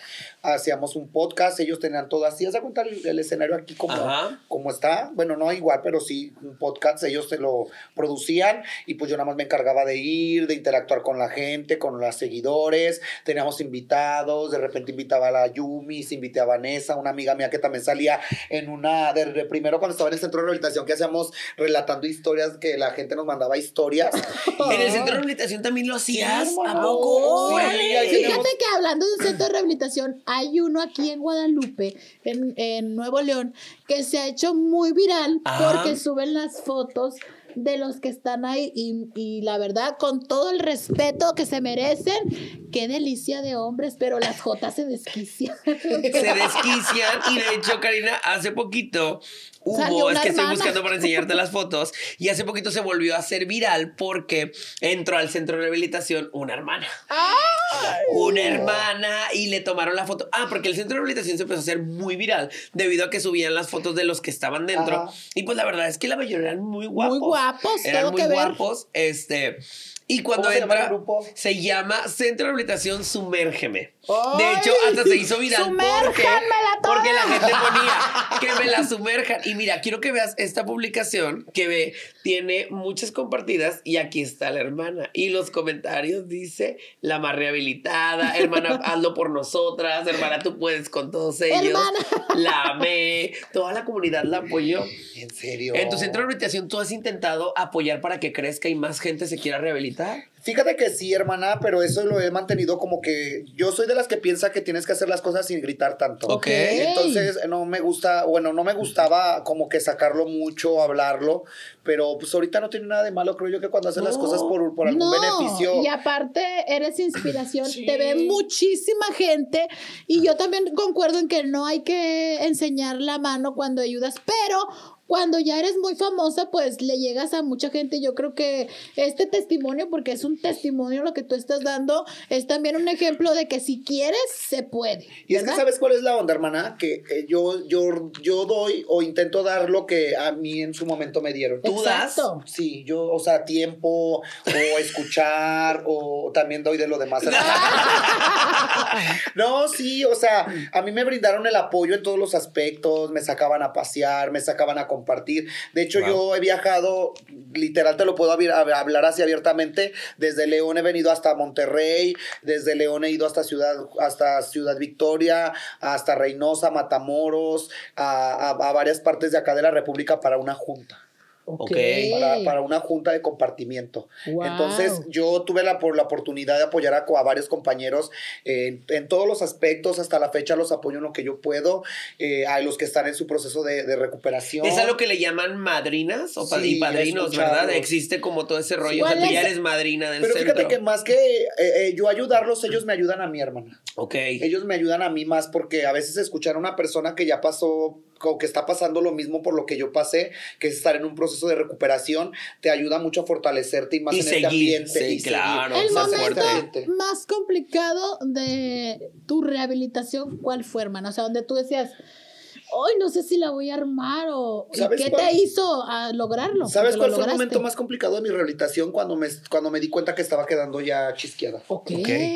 Speaker 4: Hacíamos un podcast, ellos tenían todo así. Haz a contar el, el escenario aquí como,
Speaker 3: Ajá.
Speaker 4: como está. Bueno, no igual, pero sí, un podcast, ellos se lo producían y pues yo nada más me encargaba de ir, de interactuar con la gente, con los seguidores, teníamos invitados, de repente invitaba a la Yumi, se invité a Vanessa, una amiga mía que también salía en una, de, de primero cuando estaba en el centro de rehabilitación que hacíamos relatando historias, que la gente nos mandaba historias.
Speaker 3: ¿En el centro de rehabilitación también lo hacías?
Speaker 4: Sí, hermano.
Speaker 3: ¿A poco?
Speaker 4: Sí,
Speaker 3: Órale.
Speaker 4: ahí tenemos-
Speaker 2: Fíjate que hablando de un centro de rehabilitación, hay uno aquí en Guadalupe, en, en Nuevo León, que se ha hecho muy viral
Speaker 3: Ajá.
Speaker 2: porque suben las fotos de los que están ahí y, y la verdad, con todo el respeto que se merecen, qué delicia de hombres, pero las jotas se desquician.
Speaker 3: se desquician y de hecho Karina hace poquito
Speaker 2: Salió
Speaker 3: hubo
Speaker 2: una
Speaker 3: es que estoy
Speaker 2: hermana.
Speaker 3: buscando para enseñarte las fotos y hace poquito se volvió a hacer viral porque entró al centro de rehabilitación una hermana una hermana y le tomaron la foto ah porque el centro de rehabilitación se empezó a hacer muy viral debido a que subían las fotos de los que estaban dentro
Speaker 4: Ajá.
Speaker 3: y pues la verdad es que la mayoría eran muy guapos
Speaker 2: guapos,
Speaker 3: eran
Speaker 2: todo
Speaker 3: muy
Speaker 2: que ver.
Speaker 3: guapos este y cuando
Speaker 4: ¿Cómo se llama
Speaker 3: entra
Speaker 4: el grupo?
Speaker 3: se llama Centro de Rehabilitación Sumérgeme de
Speaker 2: ¡Ay!
Speaker 3: hecho hasta se hizo viral porque
Speaker 2: ¡Sumérjanmela toda!
Speaker 3: porque la gente ponía que me la sumerjan. Y mira, quiero que veas esta publicación que ve, tiene muchas compartidas y aquí está la hermana. Y los comentarios dice la más rehabilitada, hermana, hazlo por nosotras, hermana, tú puedes con todos ellos.
Speaker 2: Hermana.
Speaker 3: La amé, toda la comunidad la apoyó.
Speaker 4: En serio.
Speaker 3: En tu centro de rehabilitación, ¿tú has intentado apoyar para que crezca y más gente se quiera rehabilitar?
Speaker 4: Fíjate que sí, hermana, pero eso lo he mantenido como que yo soy de las que piensa que tienes que hacer las cosas sin gritar tanto.
Speaker 3: Ok.
Speaker 4: Entonces no me gusta, bueno, no me gustaba como que sacarlo mucho, hablarlo, pero pues ahorita no tiene nada de malo, creo yo que cuando haces las
Speaker 3: No.
Speaker 4: cosas por, por algún beneficio.
Speaker 2: Y aparte, eres inspiración, te ve muchísima gente. Y yo también concuerdo en que no hay que enseñar la mano cuando ayudas, pero cuando ya eres muy famosa, pues le llegas a mucha gente. Yo creo que este testimonio, porque es un testimonio lo que tú estás dando, es también un ejemplo de que si quieres, se puede.
Speaker 4: Y es que
Speaker 2: ¿verdad?
Speaker 4: sabes cuál es la onda, hermana, que eh, yo, yo, yo doy o intento dar lo que a mí en su momento me dieron.
Speaker 3: ¿Tú das?
Speaker 2: Exacto.
Speaker 4: Sí, yo, o sea, tiempo, o escuchar, o también doy de lo demás. No, sí, o sea, a mí me brindaron el apoyo en todos los aspectos, me sacaban a pasear, me sacaban a compartir. De hecho,
Speaker 6: Wow.
Speaker 4: yo he viajado, literal te lo puedo abri- hab- hablar así abiertamente, desde León he venido hasta Monterrey, desde León he ido hasta Ciudad, hasta Ciudad Victoria, hasta Reynosa, Matamoros, a, a- a varias partes de acá de la República para una junta
Speaker 3: Ok.
Speaker 4: para, para una junta de compartimiento.
Speaker 2: Wow.
Speaker 4: Entonces, yo tuve la, por la oportunidad de apoyar a, co- a varios compañeros eh, en, en todos los aspectos. Hasta la fecha los apoyo en lo que yo puedo, eh, a los que están en su proceso de, de recuperación.
Speaker 3: Es a lo que le llaman madrinas o pad-
Speaker 4: Sí,
Speaker 3: y
Speaker 4: he
Speaker 3: padrinos,
Speaker 4: escuchado.
Speaker 3: ¿verdad? Existe como todo ese rollo. o sea,
Speaker 2: ¿Cuál
Speaker 3: tú ya
Speaker 2: es?
Speaker 3: eres madrina del
Speaker 4: Pero
Speaker 3: centro.
Speaker 4: fíjate que más que eh, eh, yo ayudarlos, ellos me ayudan a mi hermana.
Speaker 3: Ok.
Speaker 4: Ellos me ayudan a mí más porque a veces escuchar a una persona que ya pasó o que está pasando lo mismo por lo que yo pasé, que es estar en un proceso de recuperación, te ayuda mucho a fortalecerte y más
Speaker 3: Y
Speaker 4: en
Speaker 3: seguir,
Speaker 4: este ambiente.
Speaker 3: sí, claro,
Speaker 4: seguir.
Speaker 2: El
Speaker 3: o sea,
Speaker 2: momento
Speaker 4: Exactamente.
Speaker 2: más complicado de tu rehabilitación, ¿cuál fue, hermano? O sea, donde tú decías, hoy no sé si la voy a armar o... ¿y
Speaker 4: ¿Sabes
Speaker 2: ¿Qué
Speaker 4: cuál?
Speaker 2: te hizo a lograrlo?
Speaker 4: ¿Sabes
Speaker 2: Porque
Speaker 4: cuál
Speaker 2: lo
Speaker 4: fue el
Speaker 2: lograste.
Speaker 4: momento más complicado de mi rehabilitación? Cuando me, cuando me di cuenta que estaba quedando ya chisqueada.
Speaker 2: Ok.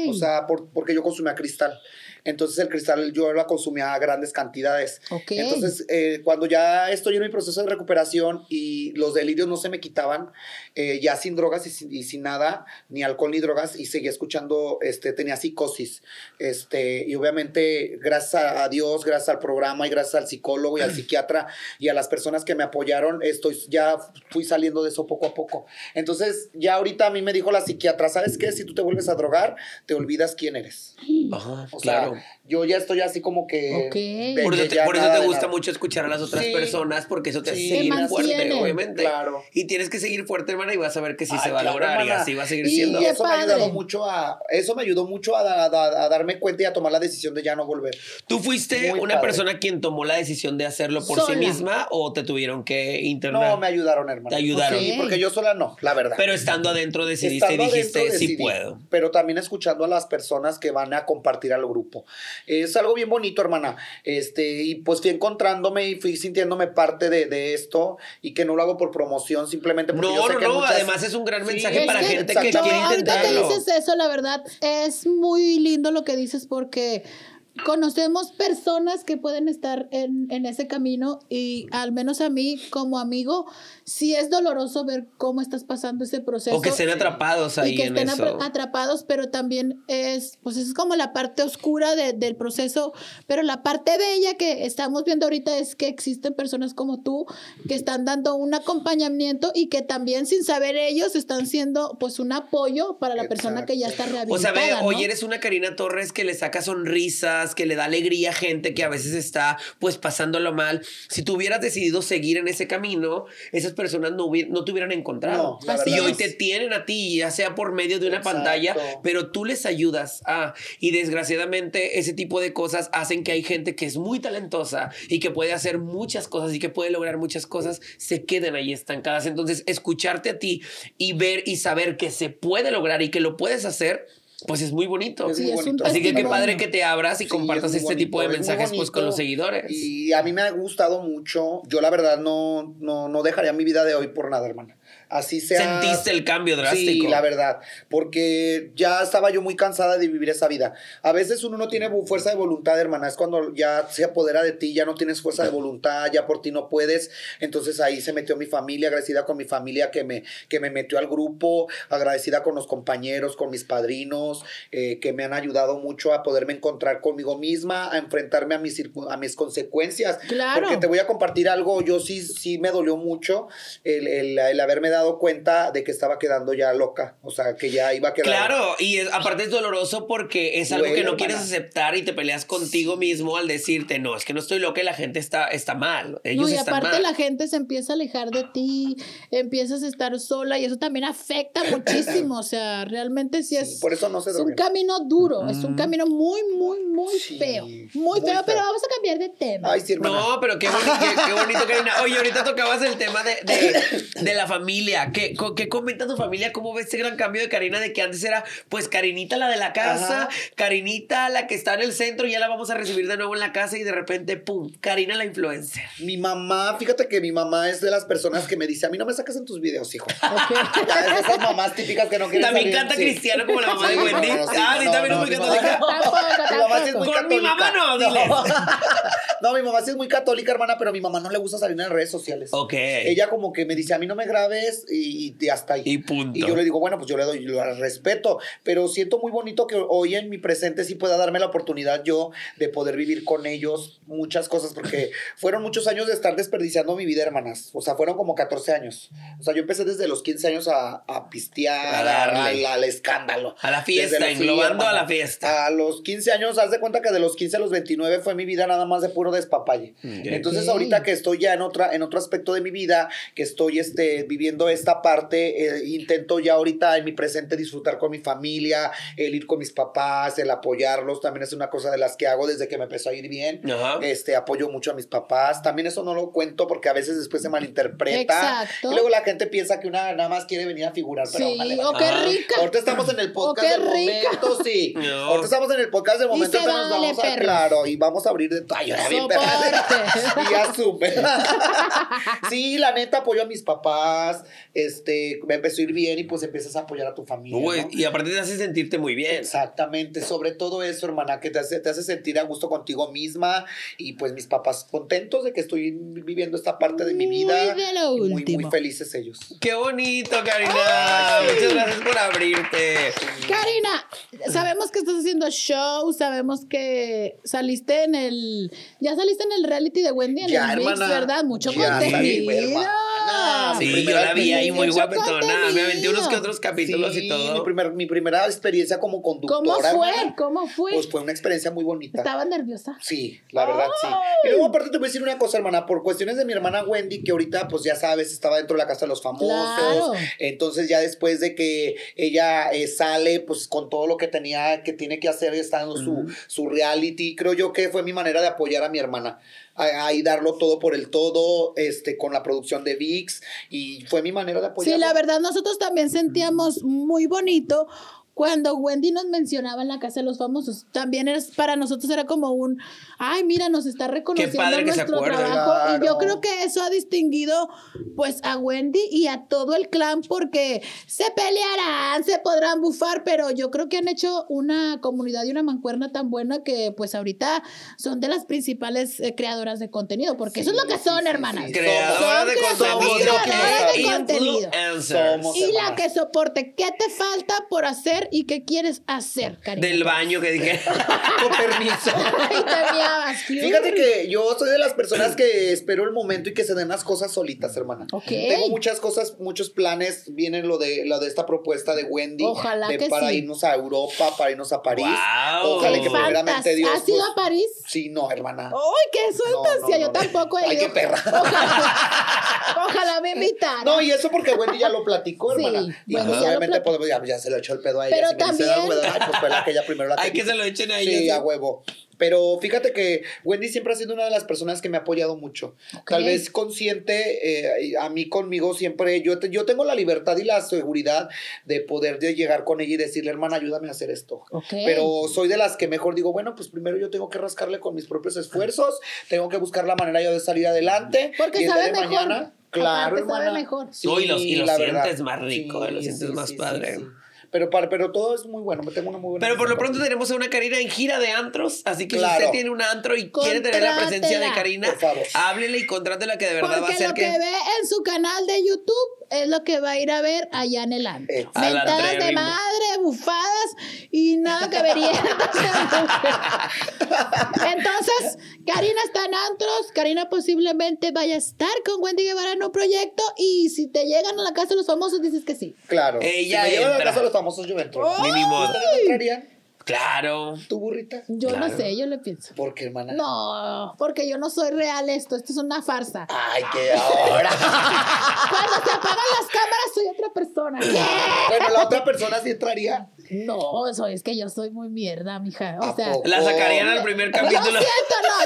Speaker 4: O sea, por- porque yo consumía cristal. Entonces el cristal yo la consumía a grandes cantidades.
Speaker 2: Ok.
Speaker 4: Entonces, eh, cuando ya estoy en mi proceso de recuperación y los delirios no se me quitaban, eh, ya sin drogas y sin, y sin nada, ni alcohol ni drogas, y seguía escuchando, este, tenía psicosis. Este, y obviamente, gracias a Dios, gracias al programa y gracias al psicólogo y al psiquiatra y a las personas que me apoyaron, estoy, ya fui saliendo de eso poco a poco. Entonces, ya ahorita a mí me dijo la psiquiatra, ¿sabes qué? Si tú te vuelves a drogar, te olvidas quién eres.
Speaker 3: Ajá,
Speaker 4: O sea,
Speaker 3: claro.
Speaker 4: yo ya estoy así como que...
Speaker 2: Ok.
Speaker 4: de
Speaker 3: por
Speaker 4: que
Speaker 3: eso te,
Speaker 4: ya
Speaker 3: por eso
Speaker 4: nada
Speaker 3: te
Speaker 4: de
Speaker 3: gusta
Speaker 4: nada.
Speaker 3: mucho escuchar a las otras
Speaker 4: Sí.
Speaker 3: personas porque eso te hace
Speaker 4: Sí. Te
Speaker 3: seguir fuerte,
Speaker 2: mantienen.
Speaker 3: obviamente.
Speaker 4: Claro.
Speaker 3: Y tienes que seguir fuerte, hermana, y vas a ver que sí
Speaker 4: Ay,
Speaker 3: se va a
Speaker 4: claro,
Speaker 3: lograr y
Speaker 4: hermana.
Speaker 3: así va a seguir
Speaker 2: Y-
Speaker 3: siendo.
Speaker 2: Qué
Speaker 4: eso me ha ayudado
Speaker 2: padre.
Speaker 4: mucho a eso me ayudó mucho a, da- da- a darme cuenta y a tomar la decisión de ya no volver
Speaker 3: ¿Tú fuiste
Speaker 4: Muy
Speaker 3: una
Speaker 4: padre.
Speaker 3: persona quien tomó la decisión de hacerlo por sí
Speaker 2: Sola.
Speaker 3: misma o te tuvieron que internar?
Speaker 4: no me ayudaron hermano
Speaker 3: Te ayudaron.
Speaker 4: sí porque yo sola no la verdad
Speaker 3: Pero estando adentro decidiste
Speaker 4: Estando
Speaker 3: y dijiste,
Speaker 4: adentro
Speaker 3: sí
Speaker 4: decidí,
Speaker 3: puedo.
Speaker 4: Pero también escuchando a las personas que van a compartir al grupo. Es algo bien bonito, hermana. Este, y pues fui encontrándome y fui sintiéndome parte de, de esto y que no lo hago por promoción, simplemente porque
Speaker 3: No,
Speaker 4: yo sé
Speaker 3: no,
Speaker 4: que
Speaker 3: no,
Speaker 4: muchas-
Speaker 3: además es un gran mensaje
Speaker 2: Es
Speaker 3: para
Speaker 2: que
Speaker 3: gente que
Speaker 4: exactamente.
Speaker 3: quiere
Speaker 2: No, ahorita que
Speaker 3: intentarlo.
Speaker 2: dices eso, la verdad, es muy lindo lo que dices porque conocemos personas que pueden estar en, en ese camino y al menos a mí como amigo, sí es doloroso ver cómo estás pasando ese proceso.
Speaker 3: o que estén atrapados ahí
Speaker 2: y que
Speaker 3: en
Speaker 2: estén
Speaker 3: eso.
Speaker 2: apra- atrapados, pero también es, pues es como la parte oscura de- del proceso, pero la parte bella que estamos viendo ahorita es que existen personas como tú que están dando un acompañamiento y que también sin saber ellos están siendo pues un apoyo para la persona que ya está
Speaker 3: O sea,
Speaker 2: rehabilitada.
Speaker 3: ve,
Speaker 2: ¿no?
Speaker 3: oye, eres una Karina Torres que le saca sonrisas, que le da alegría a gente que a veces está pues pasándolo mal. Si tú hubieras decidido seguir en ese camino, esas personas no, hubier- no te hubieran encontrado.
Speaker 4: No, la
Speaker 2: Así
Speaker 3: y
Speaker 2: verdad
Speaker 3: hoy
Speaker 2: es.
Speaker 3: te tienen a ti, ya sea por medio de una
Speaker 4: Exacto.
Speaker 3: pantalla, pero tú les ayudas a... Y desgraciadamente ese tipo de cosas hacen que hay gente que es muy talentosa y que puede hacer muchas cosas y que puede lograr muchas cosas, se queden ahí estancadas. Entonces, escucharte a ti y ver y saber que se puede lograr y que lo puedes hacer, pues es muy bonito.
Speaker 4: Es
Speaker 2: Sí,
Speaker 4: muy
Speaker 2: es un
Speaker 4: bonito.
Speaker 3: Así que qué
Speaker 2: testimonio.
Speaker 3: padre que te abras y
Speaker 4: Sí,
Speaker 3: compartas
Speaker 4: es muy
Speaker 3: este tipo de
Speaker 4: bonito, es muy
Speaker 3: mensajes pues, con
Speaker 4: bonito.
Speaker 3: los seguidores.
Speaker 4: Y a mí me ha gustado mucho. Yo, la verdad, no, no, no dejaría mi vida de hoy por nada, hermana. Así sea.
Speaker 3: Sentiste el cambio drástico.
Speaker 4: Sí, la verdad. Porque ya estaba yo muy cansada de vivir esa vida. A veces uno no tiene bu- fuerza de voluntad, hermana. Es cuando ya se apodera de ti, ya no tienes fuerza de voluntad, ya por ti no puedes. Entonces ahí se metió mi familia, agradecida con mi familia que me, que me metió al grupo, agradecida con los compañeros, con mis padrinos, eh, que me han ayudado mucho a poderme encontrar conmigo misma, a enfrentarme a mis, circu- a mis consecuencias.
Speaker 2: Claro.
Speaker 4: Porque te voy a compartir algo. Yo sí, sí me dolió mucho el, el- el haberme dado cuenta de que estaba quedando ya loca. O sea, que ya iba a quedar.
Speaker 3: Claro, y es- aparte es doloroso porque es algo
Speaker 4: Duele,
Speaker 3: que no quieres
Speaker 4: hermana.
Speaker 3: aceptar y te peleas contigo mismo al decirte, no, es que no estoy loca y la gente está, está mal. Ellos
Speaker 2: No, y
Speaker 3: están
Speaker 2: aparte
Speaker 3: mal.
Speaker 2: la gente se empieza a alejar de ti, empiezas a estar sola y eso también afecta muchísimo, o sea, realmente sí es...
Speaker 4: Por eso no se
Speaker 2: Es un
Speaker 4: droguen.
Speaker 2: camino duro, es un camino muy, muy, muy
Speaker 4: Sí,
Speaker 2: feo. Muy,
Speaker 4: muy
Speaker 2: feo,
Speaker 4: feo.
Speaker 2: pero vamos a cambiar de tema.
Speaker 4: Ay, sí, hermana.
Speaker 3: No, pero qué, boni- qué- qué bonito, Karina. Oye, ahorita tocabas el tema de, de- de la familia. ¿Qué, co- qué comenta tu familia? ¿Cómo ves este gran cambio de Karina? De que antes era, pues, Karinita la de la casa,
Speaker 4: Ajá.
Speaker 3: Karinita la que está en el centro, ya la vamos a recibir de nuevo en la casa y de repente, pum, Karina la influencer.
Speaker 4: Mi mamá, fíjate que mi mamá es de las personas que me dice, a mí no me sacas en tus videos, hijo. Ya, esas mamás típicas que no quieren
Speaker 3: También
Speaker 4: salir,
Speaker 3: canta
Speaker 4: sí.
Speaker 3: Cristiano como la mamá de
Speaker 4: Sí,
Speaker 3: Wendy.
Speaker 4: no, no, sí,
Speaker 3: ah, ni
Speaker 4: no,
Speaker 3: también
Speaker 4: no,
Speaker 3: es muy
Speaker 4: mi mamá-
Speaker 3: católica.
Speaker 4: Mi mamá sí es muy
Speaker 3: Con mi
Speaker 4: católica.
Speaker 3: mamá no, dile.
Speaker 4: No, mi mamá sí es muy católica, hermana, pero a mi mamá no le gusta salir en las redes sociales.
Speaker 3: Ok.
Speaker 4: Ella como que me dice, a mí no me grabes y, y hasta ahí.
Speaker 3: Y punto.
Speaker 4: Y yo le digo, bueno, pues yo le doy yo la respeto, pero siento muy bonito que hoy en mi presente sí pueda darme la oportunidad yo de poder vivir con ellos muchas cosas, porque fueron muchos años de estar desperdiciando mi vida, hermanas. O sea, fueron como 14 años. O sea, yo empecé desde los 15 años a, a pistear,
Speaker 3: A darle.
Speaker 4: al- al escándalo.
Speaker 3: A la fiesta,
Speaker 4: Desde los- sí,
Speaker 3: englobando a
Speaker 4: hermana.
Speaker 3: la fiesta.
Speaker 4: A los 15 años, haz de cuenta que de los 15 a los 29 fue mi vida nada más de puro despapalle. Entonces,
Speaker 2: Ok.
Speaker 4: ahorita que estoy ya en otra en otro aspecto de mi vida, que estoy este, viviendo esta parte, eh, intento ya ahorita en mi presente disfrutar con mi familia, el ir con mis papás, el apoyarlos, también es una cosa de las que hago desde que me empezó a ir bien.
Speaker 3: Ajá.
Speaker 4: Este, apoyo mucho a mis papás. También eso no lo cuento porque a veces después se malinterpreta.
Speaker 2: Exacto.
Speaker 4: Y luego la gente piensa que una nada más quiere venir a figurar, pero una le
Speaker 2: Sí,
Speaker 4: va
Speaker 2: o qué
Speaker 3: Ah,
Speaker 2: rica.
Speaker 4: Ahorita estamos en el
Speaker 2: Oh,
Speaker 4: podcast
Speaker 2: qué
Speaker 4: del
Speaker 2: rica.
Speaker 4: momento, sí.
Speaker 3: No.
Speaker 4: Ahorita estamos en el podcast del momento,
Speaker 2: se
Speaker 4: pero nos
Speaker 2: vale,
Speaker 4: vamos a
Speaker 2: perros.
Speaker 4: claro y vamos a abrir de Ay, ahora bien, perra.
Speaker 2: Soporte.
Speaker 4: Y ya supe. sí, la neta apoyo a mis papás, este, me empezó a ir bien y pues empiezas a apoyar a tu familia.
Speaker 3: Uy,
Speaker 4: ¿no?
Speaker 3: y aparte te hace sentirte muy bien.
Speaker 4: Exactamente, sobre todo eso, hermana, que te hace, te hace sentir a gusto contigo misma y pues mis papás contentos de que estoy viviendo esta parte de mi
Speaker 2: Muy
Speaker 4: vida.
Speaker 2: de lo
Speaker 4: y muy, muy
Speaker 2: último.
Speaker 4: felices ellos.
Speaker 3: Qué bonito, Karina. Muchas gracias por abrirte.
Speaker 2: Karina, sabemos que estás haciendo show, sabemos que saliste en el. Ya saliste en el reality de Wendy, en
Speaker 4: Ya,
Speaker 2: el mix,
Speaker 4: hermana.
Speaker 2: ¿verdad? Mucho
Speaker 4: Ya salí,
Speaker 2: contenido.
Speaker 4: hermana. Mi
Speaker 3: Sí, yo
Speaker 4: primera
Speaker 3: la vi ahí muy
Speaker 2: Mucho
Speaker 3: guapetona. Me aventé unos que
Speaker 2: contenido.
Speaker 3: otros capítulos
Speaker 4: Sí,
Speaker 3: y todo.
Speaker 4: Mi, primer- mi primera experiencia como conductora.
Speaker 2: ¿Cómo fue?
Speaker 4: hermana,
Speaker 2: ¿Cómo fue?
Speaker 4: Pues fue una experiencia muy bonita.
Speaker 2: Estaba nerviosa.
Speaker 4: Sí, la verdad, sí. Y luego, aparte, te voy a decir una cosa, hermana. Por cuestiones de mi hermana Wendy, que ahorita, pues ya sabes, estaba dentro de la casa de los famosos.
Speaker 2: Claro.
Speaker 4: Entonces, ya después de que ella eh, sale, pues con todo lo que tenía, que tiene que hacer, estando su, su reality, creo yo que fue mi manera de apoyar a mi hermana. A- Ahí darlo todo por el todo, este, con la producción de VIX. Y fue mi manera de apoyar.
Speaker 2: Sí, la verdad, nosotros también sentíamos muy bonito cuando Wendy nos mencionaba en la Casa de los Famosos. También es, para nosotros era como un, ay, mira, nos está reconociendo
Speaker 3: padre que se
Speaker 2: nuestro
Speaker 3: acuerda,
Speaker 2: trabajo. Y yo
Speaker 4: claro.
Speaker 2: creo que eso ha distinguido pues a Wendy y a todo el clan porque se pelearán, se podrán bufar, pero yo creo que han hecho una comunidad y una mancuerna tan buena que pues ahorita son de las principales eh, creadoras de contenido, porque eso es lo que son, hermanas.
Speaker 4: sí.
Speaker 3: Creadora de
Speaker 2: Somos- somos
Speaker 3: contenido.
Speaker 2: creadoras de
Speaker 3: Influ-
Speaker 2: contenido.
Speaker 3: influencers.
Speaker 4: Somos-
Speaker 2: Y la
Speaker 4: hermana.
Speaker 2: que soporte, ¿qué te falta por hacer y qué quieres hacer, cariño?
Speaker 3: Del baño que dije.
Speaker 4: Con permiso.
Speaker 2: Ay, te miabas,
Speaker 4: Fíjate que yo soy de las personas que espero el momento y que se den las cosas solitas, hermana.
Speaker 2: Ok.
Speaker 4: Tengo muchas cosas, muchos planes. Vienen lo de, lo de esta propuesta de Wendy.
Speaker 2: Ojalá
Speaker 4: de-
Speaker 2: que
Speaker 4: Para
Speaker 2: sí.
Speaker 4: irnos a Europa, para irnos a París.
Speaker 3: Guau.
Speaker 4: Ojalá que
Speaker 2: Qué
Speaker 4: primeramente
Speaker 2: fantas-
Speaker 4: Dios.
Speaker 2: ¿Has ido
Speaker 4: pues,
Speaker 2: a París?
Speaker 4: Sí, no, hermana.
Speaker 2: ¡Ay, Oh, qué
Speaker 4: No, no,
Speaker 2: sueltancia!
Speaker 4: no,
Speaker 2: yo
Speaker 4: no.
Speaker 2: tampoco he
Speaker 4: Ay,
Speaker 2: ido.
Speaker 4: qué perra.
Speaker 2: Ojalá, ojalá me invitaran.
Speaker 4: No, y eso porque Wendy ya lo platicó,
Speaker 2: Sí,
Speaker 4: hermana.
Speaker 2: Wendy
Speaker 4: y
Speaker 2: ya
Speaker 4: pues,
Speaker 2: lo
Speaker 4: obviamente
Speaker 2: platicó.
Speaker 4: podemos, ya, ya se le echó el pedo a ella.
Speaker 2: Pero
Speaker 4: si me dice, "Ah,
Speaker 2: también-
Speaker 4: güey, ay, pues fue la que ella primero la
Speaker 3: Ay, que
Speaker 4: dijo".
Speaker 3: se lo echen a ella.
Speaker 4: Sí,
Speaker 3: sí.
Speaker 4: a huevo. Pero fíjate que Wendy siempre ha sido una de las personas que me ha apoyado mucho. Tal vez consciente, eh, a mí conmigo siempre, yo, te- yo tengo la libertad y la seguridad de poder de llegar con ella y decirle, hermana, ayúdame a hacer esto.
Speaker 2: Ok.
Speaker 4: Pero soy de las que mejor digo, bueno, pues primero yo tengo que rascarle con mis propios esfuerzos, tengo que buscar la manera yo de salir adelante.
Speaker 2: Porque
Speaker 4: y el día
Speaker 2: sabe
Speaker 4: de
Speaker 2: mejor.
Speaker 4: claro,
Speaker 2: Aparte sabe
Speaker 4: hermana.
Speaker 2: mejor.
Speaker 3: No, y lo- y lo
Speaker 4: la
Speaker 3: sientes
Speaker 4: verdad.
Speaker 3: más rico, lo sientes más padre.
Speaker 4: Pero, para, pero todo es muy bueno, me tengo una muy buena
Speaker 3: Pero por lo pronto
Speaker 4: amistad.
Speaker 3: tenemos a una Karina en gira de antros, así que si
Speaker 4: Claro.
Speaker 3: usted tiene un antro y quiere tener la presencia de
Speaker 2: Contrátela.
Speaker 3: Karina,
Speaker 4: Por favor.
Speaker 3: háblele y contrátela que de verdad va a
Speaker 2: Porque
Speaker 3: ser
Speaker 2: lo que ve en su canal de YouTube es lo que va a ir a ver allá en el antro.
Speaker 4: Exacto.
Speaker 3: Al
Speaker 2: Mentadas de
Speaker 3: antrerismo.
Speaker 2: madre, bufadas y nada que vería. Entonces, Karina está en antros. Karina posiblemente vaya a estar con Wendy Guevara en un proyecto. Y si te llegan a la casa de los famosos, dices que sí.
Speaker 4: Claro.
Speaker 3: Ella
Speaker 4: si me llevan a la
Speaker 3: Eh, entra.
Speaker 4: casa de los famosos, yo entro.
Speaker 3: Ni ni modo.
Speaker 4: ¿Ustedes no entrarían?
Speaker 3: Claro.
Speaker 4: ¿Tu burrita?
Speaker 2: Yo
Speaker 3: Claro.
Speaker 2: no sé, yo le pienso.
Speaker 4: ¿Por qué, hermana?
Speaker 2: No, porque yo no soy real esto. Esto es una farsa.
Speaker 4: Ay, que ahora.
Speaker 2: Cuando se apagan las cámaras, soy otra persona. ¿Qué?
Speaker 4: Bueno, la otra persona sí entraría.
Speaker 2: No, eso es que yo soy muy mierda, mija.
Speaker 4: ¿A
Speaker 2: O sea,
Speaker 4: poco?
Speaker 2: yo
Speaker 3: La sacarían al primer
Speaker 2: siento,
Speaker 3: capítulo.
Speaker 2: no,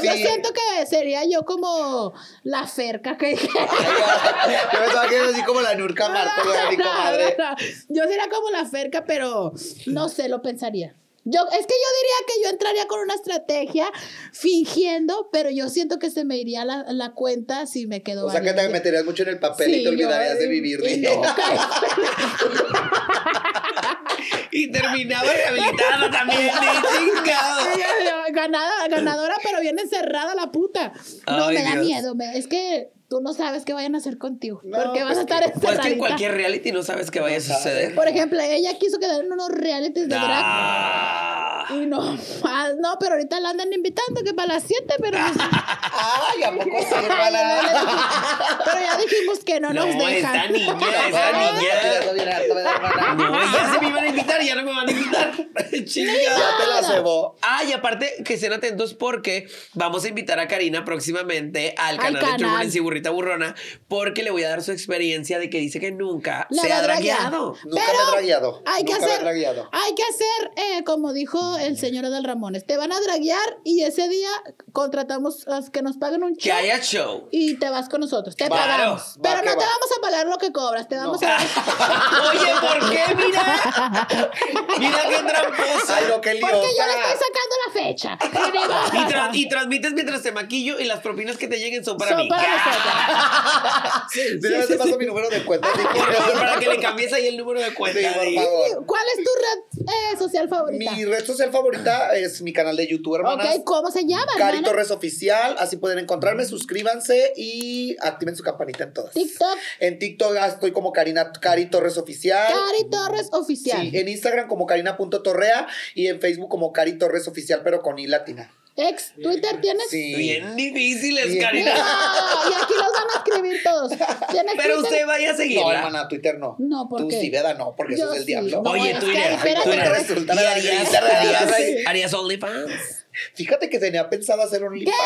Speaker 2: yo
Speaker 4: Sí.
Speaker 2: siento que sería yo como la cerca que
Speaker 4: Yo pensaba que era así como la Nurka Marta, la mi
Speaker 2: No,
Speaker 4: comadre.
Speaker 2: no, no. Yo sería como la cerca, pero no sé, lo pensaría. Yo, es que yo diría que yo entraría con una estrategia fingiendo, pero yo siento que se me iría la, la cuenta si me quedo
Speaker 4: O sea que te
Speaker 2: valiente.
Speaker 4: meterías mucho en el papel
Speaker 2: Sí,
Speaker 4: y te olvidarías
Speaker 2: yo-
Speaker 4: de vivir.
Speaker 2: y
Speaker 4: dije.
Speaker 2: no,
Speaker 3: Y terminaba rehabilitada también, de chingado.
Speaker 2: Ganada, ganadora, pero bien encerrada la puta. No,
Speaker 3: Ay,
Speaker 2: me da
Speaker 3: Dios.
Speaker 2: miedo. me- es que tú no sabes qué vayan a hacer contigo.
Speaker 4: No,
Speaker 2: porque vas
Speaker 4: pues
Speaker 2: a estar
Speaker 3: Pues
Speaker 4: que-
Speaker 3: que en
Speaker 2: encerradita.
Speaker 3: cualquier reality no sabes qué vaya a suceder.
Speaker 2: Por ejemplo, ella quiso quedar en unos realities Pues, de drag.
Speaker 3: Ah.
Speaker 2: Y no más, no, pero ahorita la andan invitando que para las 7, pero, nos-
Speaker 4: Ay, ¿a poco sí,
Speaker 2: Ay, no, no,
Speaker 4: hermana?
Speaker 2: no, pero ya dijimos que no, nos
Speaker 3: No,
Speaker 2: dejan.
Speaker 3: esta niña, esta
Speaker 4: Ay, ya
Speaker 3: niña.
Speaker 4: está bien harta, ¿verdad, hermana?
Speaker 3: No, ya se me iban a invitar, ya no me van a invitar. Chingado.
Speaker 4: Ya te la cebó.
Speaker 3: Ah, y aparte, que estén atentos porque vamos a invitar a Karina próximamente al
Speaker 2: Al
Speaker 3: canal, de
Speaker 2: canal.
Speaker 3: Turbulence y Burrita Burrona porque le voy a dar su experiencia de que dice que nunca
Speaker 2: La
Speaker 3: se
Speaker 2: va
Speaker 3: ha
Speaker 2: a draguear.
Speaker 3: dragueado.
Speaker 4: Nunca
Speaker 2: Pero
Speaker 4: me he dragueado.
Speaker 2: Hay que
Speaker 4: Nunca me he
Speaker 2: hacer,
Speaker 4: dragueado.
Speaker 2: hay que hacer, eh, como dijo el señor del Ramones, te van a draguear y ese día contratamos a que nos paguen un
Speaker 3: Que
Speaker 2: cheque
Speaker 3: haya show.
Speaker 2: y te vas con nosotros, te
Speaker 3: Claro,
Speaker 2: pagamos.
Speaker 4: va
Speaker 2: Pero
Speaker 4: que
Speaker 2: no te
Speaker 4: va.
Speaker 2: vamos a pagar lo que cobras, te vamos a
Speaker 3: Oye, ¿por qué? Mira. Mira qué tramposa.
Speaker 4: Ay, no, qué lío.
Speaker 2: Porque yo le estoy sacando la fecha.
Speaker 3: Y, tra- y transmites mientras te maquillo y las propinas que te lleguen son para
Speaker 2: Son
Speaker 3: mí.
Speaker 2: para
Speaker 3: Ya.
Speaker 4: Dime, te paso mi número de cuenta. sí,
Speaker 3: Por favor, para que le cambies ahí el número de cuenta.
Speaker 4: Sí, por
Speaker 3: de-
Speaker 4: favor.
Speaker 2: ¿Cuál es tu red eh, social favorita?
Speaker 4: Mi red social favorita es mi canal de YouTube, hermanas.
Speaker 2: Ok, ¿cómo se llama?
Speaker 4: Cari
Speaker 2: hermana?
Speaker 4: Torres Oficial, así pueden encontrarme, suscríbanse y activen su campanita en todas.
Speaker 2: TikTok,
Speaker 4: En TikTok ah, estoy como Karina, Cari Torres Oficial.
Speaker 2: Cari Torres Oficial.
Speaker 4: Sí, eh, en Instagram como Karina.torrea y en Facebook como Cari Torres Oficial, pero con I latina.
Speaker 2: Ex Twitter tienes.
Speaker 4: Sí.
Speaker 3: Bien difíciles,
Speaker 4: Bien.
Speaker 2: Mira,
Speaker 3: Karina.
Speaker 2: Ah, y aquí los van a escribir todos. ¿Tienes
Speaker 3: Pero
Speaker 2: Twitter?
Speaker 3: usted vaya a
Speaker 4: No,
Speaker 3: seguirla.
Speaker 4: hermana, Twitter no.
Speaker 2: No, ¿por
Speaker 4: Tú
Speaker 2: qué?
Speaker 4: sí, Veda, no, porque
Speaker 2: Yo
Speaker 4: eso es
Speaker 2: sí.
Speaker 4: el diablo.
Speaker 2: No,
Speaker 3: Oye,
Speaker 2: es que,
Speaker 3: Twitter.
Speaker 2: espérate,
Speaker 3: Twitter.
Speaker 2: pero-
Speaker 4: Resulta
Speaker 3: Y
Speaker 4: la
Speaker 3: harías,
Speaker 4: Twitter,
Speaker 3: harías-
Speaker 4: harías-
Speaker 3: harías OnlyFans.
Speaker 4: Fíjate que tenía pensado hacer OnlyFans.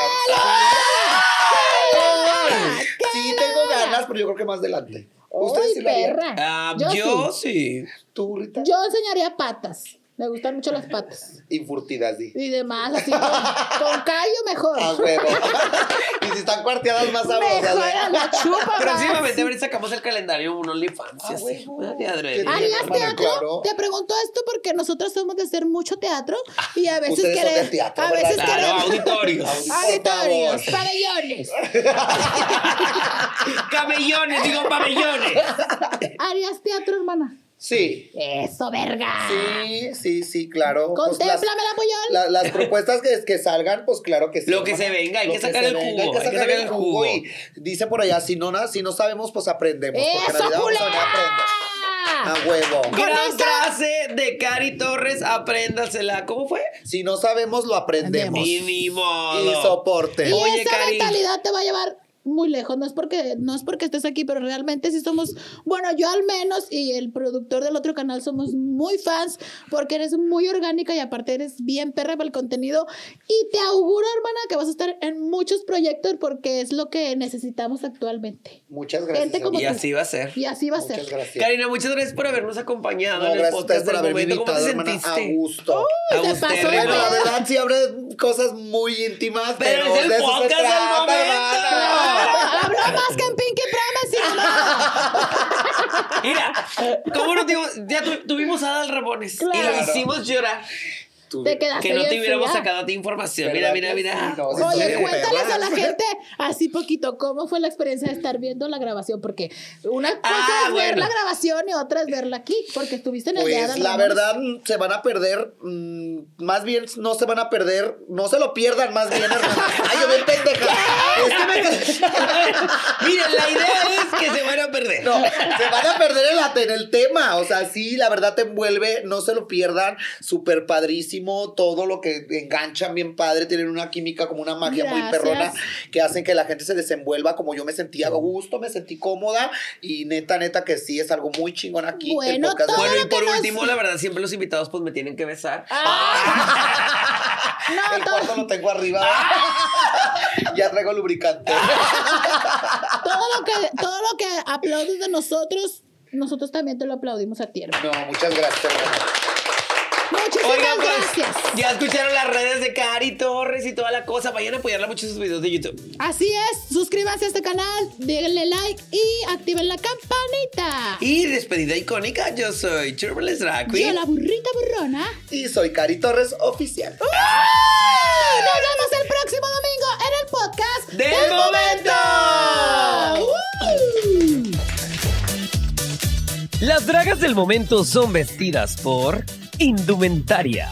Speaker 4: Sí, tengo ganas, pero yo creo que más adelante.
Speaker 2: Uy,
Speaker 4: Ustedes sí lo harían.
Speaker 2: perra.
Speaker 3: Ah,
Speaker 2: yo,
Speaker 3: yo,
Speaker 2: sí.
Speaker 3: sí.
Speaker 4: Tú, burrita.
Speaker 2: Yo enseñaría patas. Me gustan mucho las patas.
Speaker 4: Infurtidas, sí.
Speaker 2: Y demás, así con, con callo mejor.
Speaker 4: A Ah, huevo. y si están cuarteadas más sabrosas.
Speaker 2: mejor a
Speaker 4: ¿eh?
Speaker 2: la chupa. más.
Speaker 3: Próximamente a ver, sacamos el calendario un OnlyFans.
Speaker 4: Ah,
Speaker 3: y así.
Speaker 4: huevo.
Speaker 3: De adrede.
Speaker 4: Qué
Speaker 2: ¿Harías
Speaker 4: Bueno,
Speaker 2: teatro?
Speaker 4: claro.
Speaker 2: Te pregunto esto porque nosotros somos de hacer mucho teatro y a veces
Speaker 4: Ustedes son de
Speaker 2: queremos.
Speaker 4: teatro,
Speaker 2: A
Speaker 4: ¿verdad? Ah,
Speaker 2: veces
Speaker 3: Claro,
Speaker 2: queremos.
Speaker 3: auditorios.
Speaker 2: Ah,
Speaker 4: Por
Speaker 2: Auditorios,
Speaker 4: favor.
Speaker 2: pabellones.
Speaker 3: Camellones, digo pabellones.
Speaker 2: ¿Harías teatro, hermana?
Speaker 4: Sí.
Speaker 2: Eso, verga.
Speaker 4: Sí, sí, sí, claro. Pues las-
Speaker 2: Contémplame la pollón.
Speaker 4: la- las propuestas que, que salgan, pues claro que sí.
Speaker 3: Lo que
Speaker 4: hermana.
Speaker 3: se venga, hay
Speaker 4: Lo
Speaker 3: que sacar
Speaker 4: se
Speaker 3: el
Speaker 4: venga,
Speaker 3: jugo,
Speaker 4: Hay que sacar el jugo.
Speaker 3: jugo.
Speaker 4: Y dice por allá, si no, na- si no sabemos, pues aprendemos. porque en
Speaker 2: ¡Eso,
Speaker 4: realidad vamos a venir a aprender.
Speaker 2: culera!
Speaker 4: A huevo.
Speaker 3: Gran
Speaker 2: esa-
Speaker 3: frase de Cari Torres, apréndasela. ¿Cómo fue?
Speaker 4: Si no sabemos, lo aprendemos.
Speaker 3: Y
Speaker 4: Pues, Y
Speaker 3: ni modo.
Speaker 4: soporte.
Speaker 2: Y
Speaker 3: Oye,
Speaker 2: esa
Speaker 3: Cari.
Speaker 2: mentalidad te va a llevar muy lejos. No es porque no es porque estés aquí, pero realmente sí somos. Bueno, yo al menos y el productor del otro canal somos muy fans porque eres muy orgánica y aparte eres bien perra para el contenido. Y te auguro, hermana, que vas a estar en muchos proyectos porque es lo que necesitamos actualmente.
Speaker 4: Muchas gracias.
Speaker 2: Gente como
Speaker 3: Y
Speaker 4: hermana.
Speaker 2: tú.
Speaker 3: así va a ser.
Speaker 2: Y así va a
Speaker 4: Muchas
Speaker 2: ser.
Speaker 4: gracias.
Speaker 3: Karina, muchas gracias por habernos acompañado
Speaker 4: No,
Speaker 3: en el
Speaker 4: gracias a ustedes
Speaker 3: podcast
Speaker 4: por
Speaker 3: del
Speaker 4: haberme
Speaker 3: momento. ¿Cómo
Speaker 4: invitado,
Speaker 3: te
Speaker 4: hermana.
Speaker 3: sentiste?
Speaker 4: A gusto.
Speaker 2: Uy, se pasó
Speaker 3: Agustérrimo.
Speaker 2: la
Speaker 4: Bueno, la
Speaker 2: verdad.
Speaker 4: verdad sí abre cosas muy íntimas,
Speaker 3: Pero
Speaker 4: pero,
Speaker 3: es el
Speaker 4: de eso se
Speaker 3: podcast del
Speaker 4: trata,
Speaker 3: momento.
Speaker 4: hermana.
Speaker 2: Habló más que en Pinky Promise y no.
Speaker 3: Mira, ¿cómo no tuvimos? Ya tu- tuvimos a Adal Ramones y lo
Speaker 2: Claro.
Speaker 3: hicimos llorar.
Speaker 4: Tú-
Speaker 2: Te quedaste
Speaker 3: Que no te
Speaker 2: bien
Speaker 3: hubiéramos
Speaker 2: fría.
Speaker 3: sacado a ti información. Mira,
Speaker 4: ¿Verdad
Speaker 3: mira,
Speaker 4: que
Speaker 3: mira.
Speaker 4: sí? No, sí,
Speaker 2: Oye,
Speaker 4: estoy
Speaker 2: cuéntales
Speaker 4: perra.
Speaker 2: a la gente así poquito cómo fue la experiencia de estar viendo la grabación, porque una cosa
Speaker 3: Ah,
Speaker 2: es ver
Speaker 3: bueno.
Speaker 2: la grabación y otra es verla aquí, porque estuviste en el día
Speaker 4: Pues
Speaker 2: de
Speaker 4: la
Speaker 2: Ramones.
Speaker 4: verdad mm, se van a perder, mm, más bien no se van a perder, no se lo pierdan más bien. hermana. Ay, yo bien pendeja. Es que
Speaker 3: Mira, la idea es que se van a perder.
Speaker 4: No, se van a perder el, at- en el tema. O sea, sí, la verdad te envuelve, no se lo pierdan. Súper padrísimo, todo lo que enganchan bien padre, tienen una química como una magia muy
Speaker 2: Gracias.
Speaker 4: perrona que hacen que la gente se desenvuelva como yo me sentía a gusto, me sentí cómoda y neta, neta que sí, es algo muy chingón aquí. el
Speaker 2: Bueno,
Speaker 4: podcast de-
Speaker 2: todo
Speaker 3: Bueno,
Speaker 2: lo
Speaker 3: y
Speaker 2: que
Speaker 3: por
Speaker 2: nos-
Speaker 3: último, la verdad, siempre los invitados pues me tienen que besar.
Speaker 2: Ah.
Speaker 4: el cuarto lo tengo arriba. ya traigo lubricante.
Speaker 2: Todo lo que todo lo que aplaudes de nosotros Nosotros también te lo aplaudimos a ti, hermano.
Speaker 4: No, muchas gracias, hermana.
Speaker 2: Muchísimas
Speaker 3: Oigan, pues,
Speaker 2: gracias.
Speaker 3: ya escucharon las redes de Cari Torres y toda la cosa. Vayan a apoyarla mucho en sus videos de YouTube.
Speaker 2: Así es, suscríbanse a este canal, denle like y activen la campanita.
Speaker 3: Y despedida icónica, yo soy Charles Drag
Speaker 2: Yo,
Speaker 3: Queen.
Speaker 2: la burrita burrona.
Speaker 4: Y soy Cari Torres Oficial.
Speaker 2: ¡Nos
Speaker 3: ¡Ah!
Speaker 2: vemos el próximo domingo en el podcast
Speaker 3: ¡Del momento!
Speaker 2: momento. ¡Uh!
Speaker 7: Las dragas del momento son vestidas por Indumentaria,